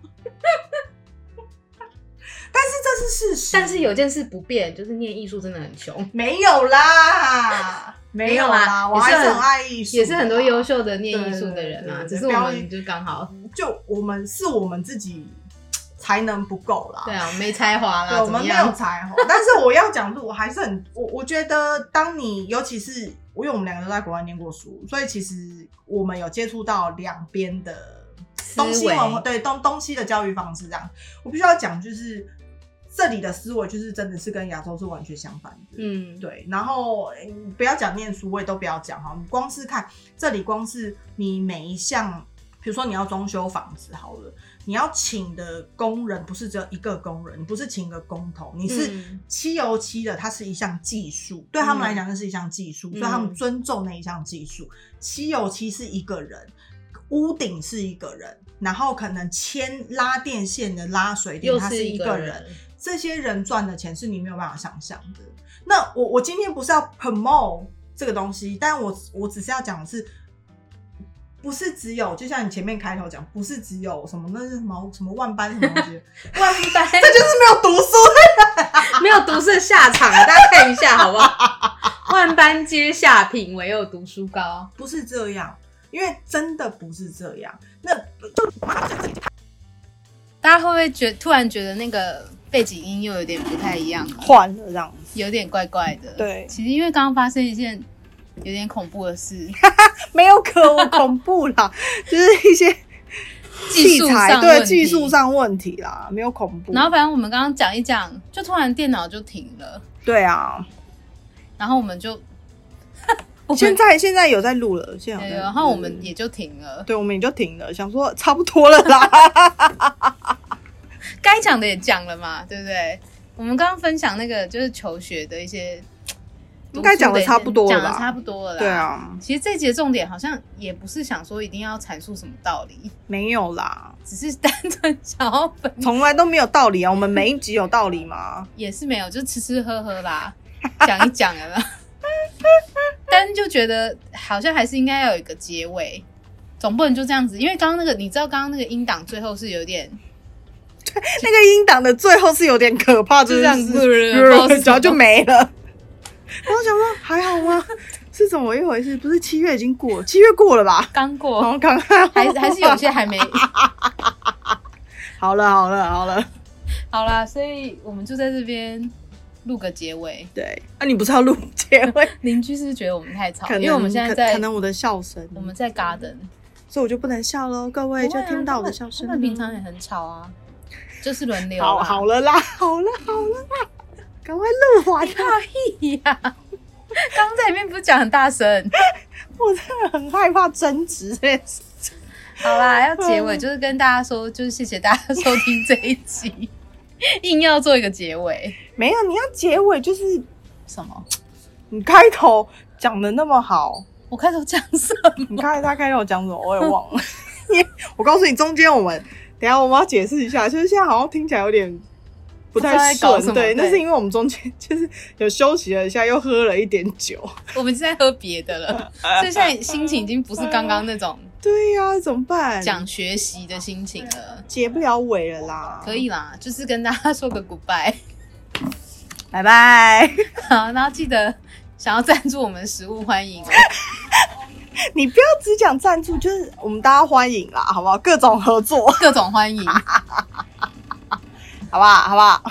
[SPEAKER 1] 但是这是事实，
[SPEAKER 3] 但是有件事不变，就是念艺术真的很穷。
[SPEAKER 1] 没有啦。没有啦，我还
[SPEAKER 3] 也
[SPEAKER 1] 是
[SPEAKER 3] 是
[SPEAKER 1] 很爱艺术，
[SPEAKER 3] 也是很多优。秀的念艺术
[SPEAKER 1] 对
[SPEAKER 3] 的
[SPEAKER 1] 对
[SPEAKER 3] 人啊，
[SPEAKER 1] 对对
[SPEAKER 3] 只是
[SPEAKER 1] 不
[SPEAKER 3] 我
[SPEAKER 1] 要
[SPEAKER 3] 们就刚好，
[SPEAKER 1] 就我们是我们自己才能不够啦。
[SPEAKER 3] 对啊，我没才华
[SPEAKER 1] 对，
[SPEAKER 3] 啦，
[SPEAKER 1] 我
[SPEAKER 3] 怎么
[SPEAKER 1] 们没有
[SPEAKER 3] 样？
[SPEAKER 1] 才华， [laughs] 但是我要讲的，我还是很我我觉得，当你尤其是我因为我们两个都在国外念过书，所以其实我们有接触到两边的
[SPEAKER 3] 思
[SPEAKER 1] 东西
[SPEAKER 3] 维
[SPEAKER 1] 文化，对东东西的教育方式这样。我必须要讲，就是这里的思维就是真的是跟亚洲是完全相反的。
[SPEAKER 3] 嗯，
[SPEAKER 1] 对，然后嗯不要讲念书，我也都不要讲哈。你光是看这里，光是你每一项，比如说你要装修房子好了，你要请的工人不是只有一个工人，你不是请个工头，你是
[SPEAKER 3] 嗯
[SPEAKER 1] 漆油漆的，它是一项技术，对他们来讲那是一项技术，所以他
[SPEAKER 3] 嗯
[SPEAKER 1] 们尊重那一项技术。漆油漆是一个人，屋顶是一个人，然后可能牵拉电线的拉水电，
[SPEAKER 3] 又
[SPEAKER 1] 他
[SPEAKER 3] 是
[SPEAKER 1] 一
[SPEAKER 3] 个
[SPEAKER 1] 人。，这些人赚的钱是你没有办法想象的。那我我今天不是要 promote 这个东西，但我我只是要讲的是，不是只有就像你前面开头讲，不是只有什么那是什么什么万般什么东西，
[SPEAKER 3] [laughs] 万般
[SPEAKER 1] 这就是没有读书
[SPEAKER 3] [laughs] 没有读书的下场啊，大家看一下好不好？ [laughs] 万般皆下品，唯有读书高。
[SPEAKER 1] 不是这样，因为真的不是这样。那
[SPEAKER 3] 大家会不会觉突然觉得那个背景音又有点不太一样了，
[SPEAKER 1] 换了这样子，
[SPEAKER 3] 有点怪怪的？
[SPEAKER 1] 对
[SPEAKER 3] 其实因为刚刚发生一件有点恐怖的 [laughs] 事，
[SPEAKER 1] 没有可我恐怖
[SPEAKER 3] [laughs]
[SPEAKER 1] 啦，就是一些
[SPEAKER 3] 技术上问题。
[SPEAKER 1] 上问题啦，没有恐怖
[SPEAKER 3] 然后反正我们刚刚讲一讲，就突然电脑就停了，
[SPEAKER 1] 对啊，
[SPEAKER 3] 然后我们就，我们
[SPEAKER 1] 在现在有在录了，现
[SPEAKER 3] 对，然后我们也就停了，
[SPEAKER 1] 对，我们也就停了，想说差不多了
[SPEAKER 3] [laughs]
[SPEAKER 1] 啦。
[SPEAKER 3] 该讲的也讲了嘛，对不对？我们刚刚分享那个就是求学的一些，
[SPEAKER 1] 应该讲得差不多了
[SPEAKER 3] 讲
[SPEAKER 1] 吧
[SPEAKER 3] 的差不多了啦。
[SPEAKER 1] 对，啊，
[SPEAKER 3] 其实这节重点好像也不是想说一定要阐述什么道理， [laughs]
[SPEAKER 1] 没有啦，
[SPEAKER 3] 只是单纯想要分，
[SPEAKER 1] 从来都没有道理啊。我们每一集有道理
[SPEAKER 3] [laughs]
[SPEAKER 1] 吗？
[SPEAKER 3] 也是没有，就吃吃喝喝啦， [laughs] 讲一讲了啦。 [laughs] 但是就觉得好像还是应该要有一个结尾，总不能就这样子，因为刚刚那个你知道，刚刚那个音档最后是有点
[SPEAKER 1] 那个音档的最后是有点可怕，
[SPEAKER 3] 就
[SPEAKER 1] 这
[SPEAKER 3] 这样
[SPEAKER 1] 样
[SPEAKER 3] 子
[SPEAKER 1] 子， [laughs] 然后就没了。然后想说还好吗？是怎么一回事？不是七月已经过，七月过了吧？
[SPEAKER 3] 刚
[SPEAKER 1] 然
[SPEAKER 3] 过，
[SPEAKER 1] 后刚刚
[SPEAKER 3] 还还是有些还没。
[SPEAKER 1] 好了，好了，好了。
[SPEAKER 3] 好啦，所以我们就在这边录个结尾。
[SPEAKER 1] 对，
[SPEAKER 3] 啊
[SPEAKER 1] 那、你不是要录结尾？
[SPEAKER 3] 邻居是不是觉得我们太
[SPEAKER 1] [laughs]
[SPEAKER 3] 吵
[SPEAKER 1] 可？能
[SPEAKER 3] 因为我们现在
[SPEAKER 1] 可
[SPEAKER 3] 在
[SPEAKER 1] 可能我的笑声，
[SPEAKER 3] 我们在 garden，啊
[SPEAKER 1] 所以我就不能笑喽，各位就听不到我的笑声
[SPEAKER 3] 他
[SPEAKER 1] 了。
[SPEAKER 3] 们平常也很吵啊，就是轮流啦。
[SPEAKER 1] 好好了啦， [laughs] 好了好了啦，赶快录完啊啦！
[SPEAKER 3] 屁呀！刚刚在里面不是讲很大声？
[SPEAKER 1] 我真的很害怕争执这件事。
[SPEAKER 3] 好啦，要结尾就是跟大家说，就是谢谢大家收听这一集， [laughs] 硬要做一个结尾，
[SPEAKER 1] 没有，你要结尾就是
[SPEAKER 3] 什么？
[SPEAKER 1] 你开头讲的那么
[SPEAKER 3] [laughs]
[SPEAKER 1] 好，
[SPEAKER 3] 我开头讲什么？
[SPEAKER 1] 你看他开头讲什么我也
[SPEAKER 3] [laughs]
[SPEAKER 1] 忘了。我告诉你，中间我们等一下我们要解释一下，就是现在好像听起来有点。不太
[SPEAKER 3] 不知道在搞什
[SPEAKER 1] 顺，
[SPEAKER 3] 么
[SPEAKER 1] 对，那
[SPEAKER 3] 对
[SPEAKER 1] 是因为我们中间 [laughs] 就是有休息了一下，又喝了一点酒。
[SPEAKER 3] 我们是在喝别的了，所以现在心情已经不是刚刚那种
[SPEAKER 1] 对呀、怎么办？
[SPEAKER 3] 讲学习的心情了。
[SPEAKER 1] 结不了尾了啦。
[SPEAKER 3] 可，以啦，就是跟大家说个 goodbye，
[SPEAKER 1] 拜拜。
[SPEAKER 3] [laughs] 好，然后记得想要赞助我们的食物，欢迎哦。
[SPEAKER 1] 你不要只讲赞助，就是我们大家欢迎啦，好不好？各种合作，
[SPEAKER 3] 各种欢迎。好
[SPEAKER 1] 好不好？好不好？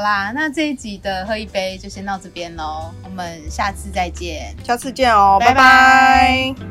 [SPEAKER 3] 啦，那这一集的喝一杯就先到这边喽，我们下次再见。
[SPEAKER 1] 下次见哦，
[SPEAKER 3] 拜拜
[SPEAKER 1] 拜拜